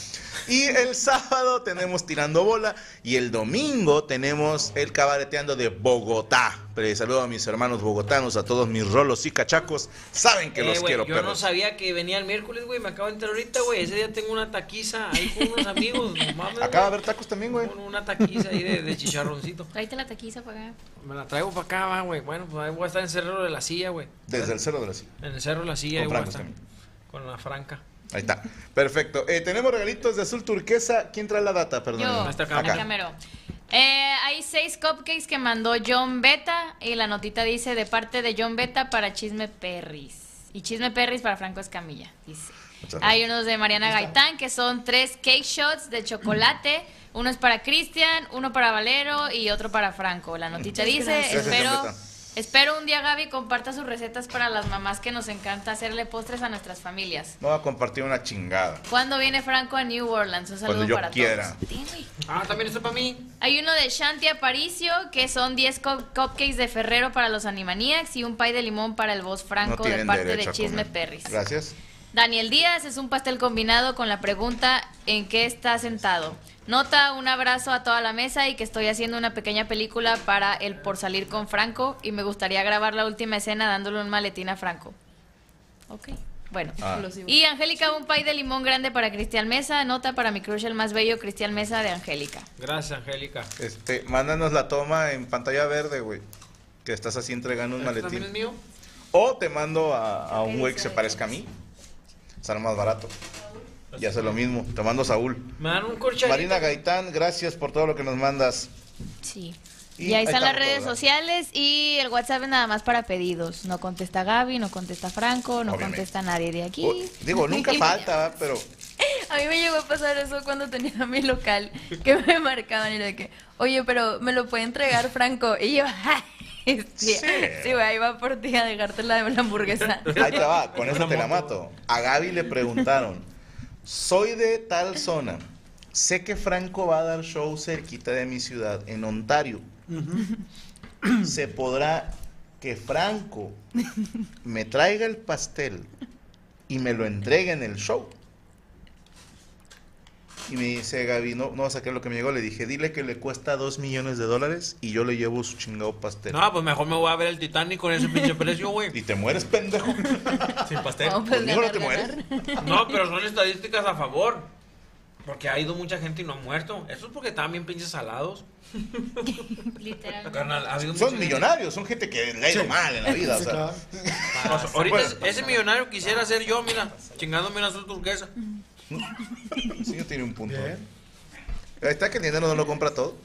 [SPEAKER 4] Y el sábado tenemos Tirando Bola y el domingo tenemos el Cabareteando de Bogotá. Pero saludo a mis hermanos bogotanos, a todos mis rolos y cachacos. Saben que
[SPEAKER 6] Eh,
[SPEAKER 4] los
[SPEAKER 6] güey,
[SPEAKER 4] quiero,
[SPEAKER 6] Yo no
[SPEAKER 4] perros.
[SPEAKER 6] sabía que venía el miércoles, güey. Me acabo de enterar ahorita, güey. Ese día tengo una taquiza ahí con unos amigos. No mames,
[SPEAKER 4] Acaba de
[SPEAKER 6] güey.
[SPEAKER 4] haber tacos también, güey.
[SPEAKER 6] Una taquiza ahí de, de chicharroncito.
[SPEAKER 3] Tráete la taquiza para acá.
[SPEAKER 6] Me la traigo para acá, va, güey. Bueno, pues ahí voy a estar en Cerro de la Silla, güey.
[SPEAKER 4] Desde el cero de la silla.
[SPEAKER 6] En el Cerro de la Silla,
[SPEAKER 4] Con
[SPEAKER 6] ahí voy a
[SPEAKER 4] francos
[SPEAKER 6] estar.
[SPEAKER 4] también.
[SPEAKER 6] Con la franca.
[SPEAKER 4] Ahí está. Perfecto. Eh, tenemos regalitos de azul turquesa. ¿Quién trae la data? Perdón.
[SPEAKER 3] Yo, acá, mero. Eh, hay seis cupcakes que mandó John Beta y la notita dice de parte de John Beta para Chisme Perris. Y Chisme Perris para Franco Escamilla, dice.
[SPEAKER 14] Muchas
[SPEAKER 3] Hay
[SPEAKER 14] gracias.
[SPEAKER 3] unos de Mariana Gaitán que son tres cake shots de chocolate. Uno es para Cristian, uno para Valero y otro para Franco. La notita
[SPEAKER 14] Muchas
[SPEAKER 3] dice,
[SPEAKER 14] gracias. Gracias,
[SPEAKER 3] espero...
[SPEAKER 14] John Beta.
[SPEAKER 3] Espero un día Gaby comparta sus recetas para las mamás que nos encanta hacerle postres a nuestras familias.
[SPEAKER 4] No va a compartir una chingada.
[SPEAKER 3] ¿Cuándo viene Franco a New Orleans? Un saludo
[SPEAKER 4] Cuando yo
[SPEAKER 3] para
[SPEAKER 4] quiera.
[SPEAKER 3] todos. Sí, güey.
[SPEAKER 6] Ah, también esto para mí.
[SPEAKER 3] Hay uno de Shanti Aparicio, que son 10 cu- cupcakes de Ferrero para los Animaniacs y un pie de limón para el boss
[SPEAKER 4] No
[SPEAKER 3] Franco de
[SPEAKER 4] tienen
[SPEAKER 3] parte
[SPEAKER 4] derecho
[SPEAKER 3] de
[SPEAKER 4] a
[SPEAKER 3] Chisme
[SPEAKER 4] comer.
[SPEAKER 3] Perris.
[SPEAKER 4] Gracias.
[SPEAKER 3] Daniel Díaz es un pastel combinado con la pregunta ¿en qué está sentado? Nota un abrazo a toda la mesa y que estoy haciendo una pequeña película para el Por Salir con Franco y me gustaría grabar la última escena dándole un maletín a Franco. Ok. Bueno.
[SPEAKER 14] Ah.
[SPEAKER 3] Y Angélica, un pie de limón grande para Cristian Mesa. Nota para mi crush el más bello, Cristian Mesa de Angélica.
[SPEAKER 6] Gracias, Angélica.
[SPEAKER 4] Este, mándanos la toma en pantalla verde, güey. Que estás así entregando un
[SPEAKER 6] ¿Este también
[SPEAKER 4] maletín.
[SPEAKER 6] es mío?
[SPEAKER 4] O te mando a, a un güey que se parezca a mí. Será más barato. Y hace lo mismo. Te mando a Saúl.
[SPEAKER 6] Me dan un corchadito.
[SPEAKER 4] Marina Gaitán, gracias por todo lo que nos mandas.
[SPEAKER 3] Sí.
[SPEAKER 4] Y
[SPEAKER 3] Y, ahí
[SPEAKER 4] ahí
[SPEAKER 3] están las
[SPEAKER 4] estamos
[SPEAKER 3] redes
[SPEAKER 4] todas.
[SPEAKER 3] sociales y el WhatsApp es nada más para pedidos. No contesta Gaby, no contesta Franco, no
[SPEAKER 4] Obviamente.
[SPEAKER 3] contesta nadie de aquí.
[SPEAKER 4] Digo, nunca falta, ¿va? pero
[SPEAKER 9] A mí me llegó a pasar eso cuando tenía mi local, que me marcaban y era de que, oye, pero me lo puede entregar Franco. Y yo, "Ja, este, sí, güey, ahí va por ti a dejarte la, la hamburguesa.
[SPEAKER 4] ahí te va. Con eso te la mato. A Gaby le preguntaron: Soy de tal zona. Sé que Franco va a dar show cerquita de mi ciudad, en Ontario. Se podrá que Franco me traiga el pastel y me lo entregue en el show. Y me dice Gaby, no, no vas a creer lo que me llegó. Le dije, dile que le cuesta dos millones de dólares y yo le llevo su chingado pastel.
[SPEAKER 6] No, pues mejor me voy a ver el Titanic con ese pinche precio, güey.
[SPEAKER 4] Y te mueres, pendejo.
[SPEAKER 6] Sin pastel.
[SPEAKER 9] No, pues,
[SPEAKER 4] Conmigo no
[SPEAKER 9] ganar,
[SPEAKER 4] te mueres.
[SPEAKER 9] ganar.
[SPEAKER 6] No, pero son estadísticas a favor. Porque ha ido mucha gente y no ha muerto. Eso es porque estaban bien pinches salados. Carnal, ha habido Ah, mucha
[SPEAKER 4] Son
[SPEAKER 6] gente-
[SPEAKER 4] millonarios, son gente que le ha ido
[SPEAKER 6] Sí.
[SPEAKER 4] mal en la vida.
[SPEAKER 6] Sí,
[SPEAKER 4] o sea.
[SPEAKER 6] claro. O sea, ahorita
[SPEAKER 4] Bueno.
[SPEAKER 6] es- ese millonario quisiera ser yo, mira, chingándome una azul turquesa.
[SPEAKER 4] señor tiene un punto. Ahí está que el dinero no lo compra todo.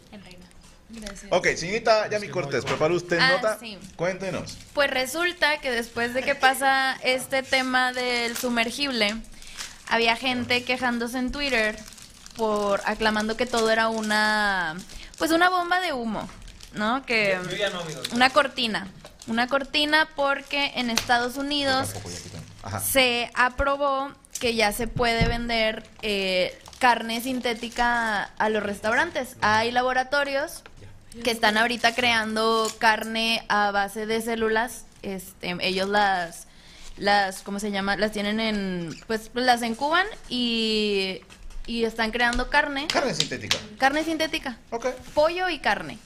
[SPEAKER 9] Gracias.
[SPEAKER 4] Ok, señorita Yami Cortés, ¿prepara usted
[SPEAKER 9] Ah,
[SPEAKER 4] nota?
[SPEAKER 9] sí.
[SPEAKER 4] Cuéntenos.
[SPEAKER 9] Pues resulta que después de que pasa este tema del sumergible, había gente quejándose en Twitter por aclamando que todo era una pues una bomba de humo, ¿no? Que
[SPEAKER 6] Yo ya no, amigos.
[SPEAKER 9] una cortina, una cortina porque en Estados Unidos se aprobó que ya se puede vender eh, carne sintética a los restaurantes. Hay laboratorios que están ahorita creando carne a base de células. Este, ellos las, las, ¿cómo se llama? Las tienen en, pues las encuban y, y están creando carne.
[SPEAKER 4] Carne sintética.
[SPEAKER 9] Carne sintética.
[SPEAKER 4] Ok.
[SPEAKER 9] Pollo y carne.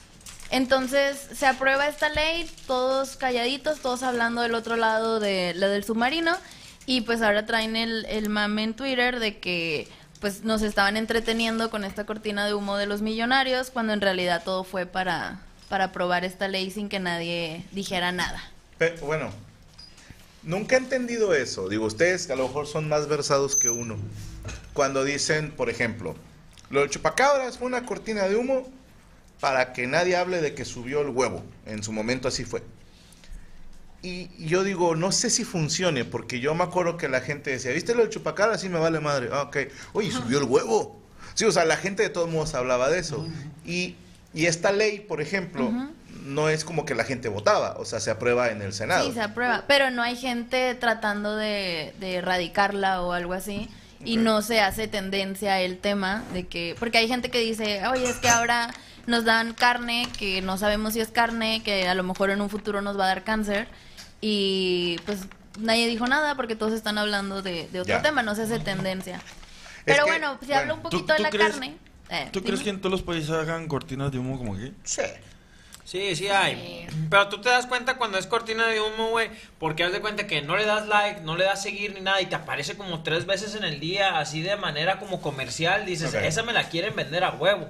[SPEAKER 9] Entonces se aprueba esta ley, todos calladitos, todos hablando del otro lado de la del submarino. Y pues ahora traen el, el mame en Twitter de que pues nos estaban entreteniendo con esta cortina de humo de los millonarios, cuando en realidad todo fue para, para aprobar esta ley sin que nadie dijera nada.
[SPEAKER 4] Pe- bueno, nunca he entendido eso. Digo, ustedes que a lo mejor son más versados que uno. Cuando dicen, por ejemplo, lo de chupacabras fue una cortina de humo para que nadie hable de que subió el huevo. En su momento así fue. Y y yo digo, no sé si funcione, porque yo me acuerdo que la gente decía, ¿viste lo del chupacabras? Sí, me vale madre. Ah, ok. Oye, subió el huevo. Sí, o sea, la gente de todos modos hablaba de eso. Y, y esta ley, por ejemplo, no es como que la gente votaba, o sea, se aprueba en el Senado.
[SPEAKER 9] Sí, se aprueba, pero no hay gente tratando de, de erradicarla o algo así. Y no se hace tendencia el tema de que, porque hay gente que dice, oye, es que ahora nos dan carne, que no sabemos si es carne, que a lo mejor en un futuro nos va a dar cáncer. Y pues nadie dijo nada porque todos están hablando de, de otro
[SPEAKER 7] Ya.
[SPEAKER 9] tema, no se hace tendencia. Pero
[SPEAKER 7] que,
[SPEAKER 9] bueno, se habla un
[SPEAKER 7] bueno, ¿tú-
[SPEAKER 9] poquito de
[SPEAKER 7] tú
[SPEAKER 9] la
[SPEAKER 7] crees-
[SPEAKER 9] carne. Eh,
[SPEAKER 7] ¿Tú
[SPEAKER 9] dime.
[SPEAKER 7] crees que en todos los países hagan cortinas de humo como aquí?
[SPEAKER 4] Sí.
[SPEAKER 6] Sí, sí hay. Pero tú te das cuenta cuando es cortina de humo, güey, porque haz de cuenta que no le das like, no le das seguir ni nada y te aparece como tres veces en el día, así de manera como comercial. Dices,
[SPEAKER 4] Ok.
[SPEAKER 6] esa me la quieren vender a huevo.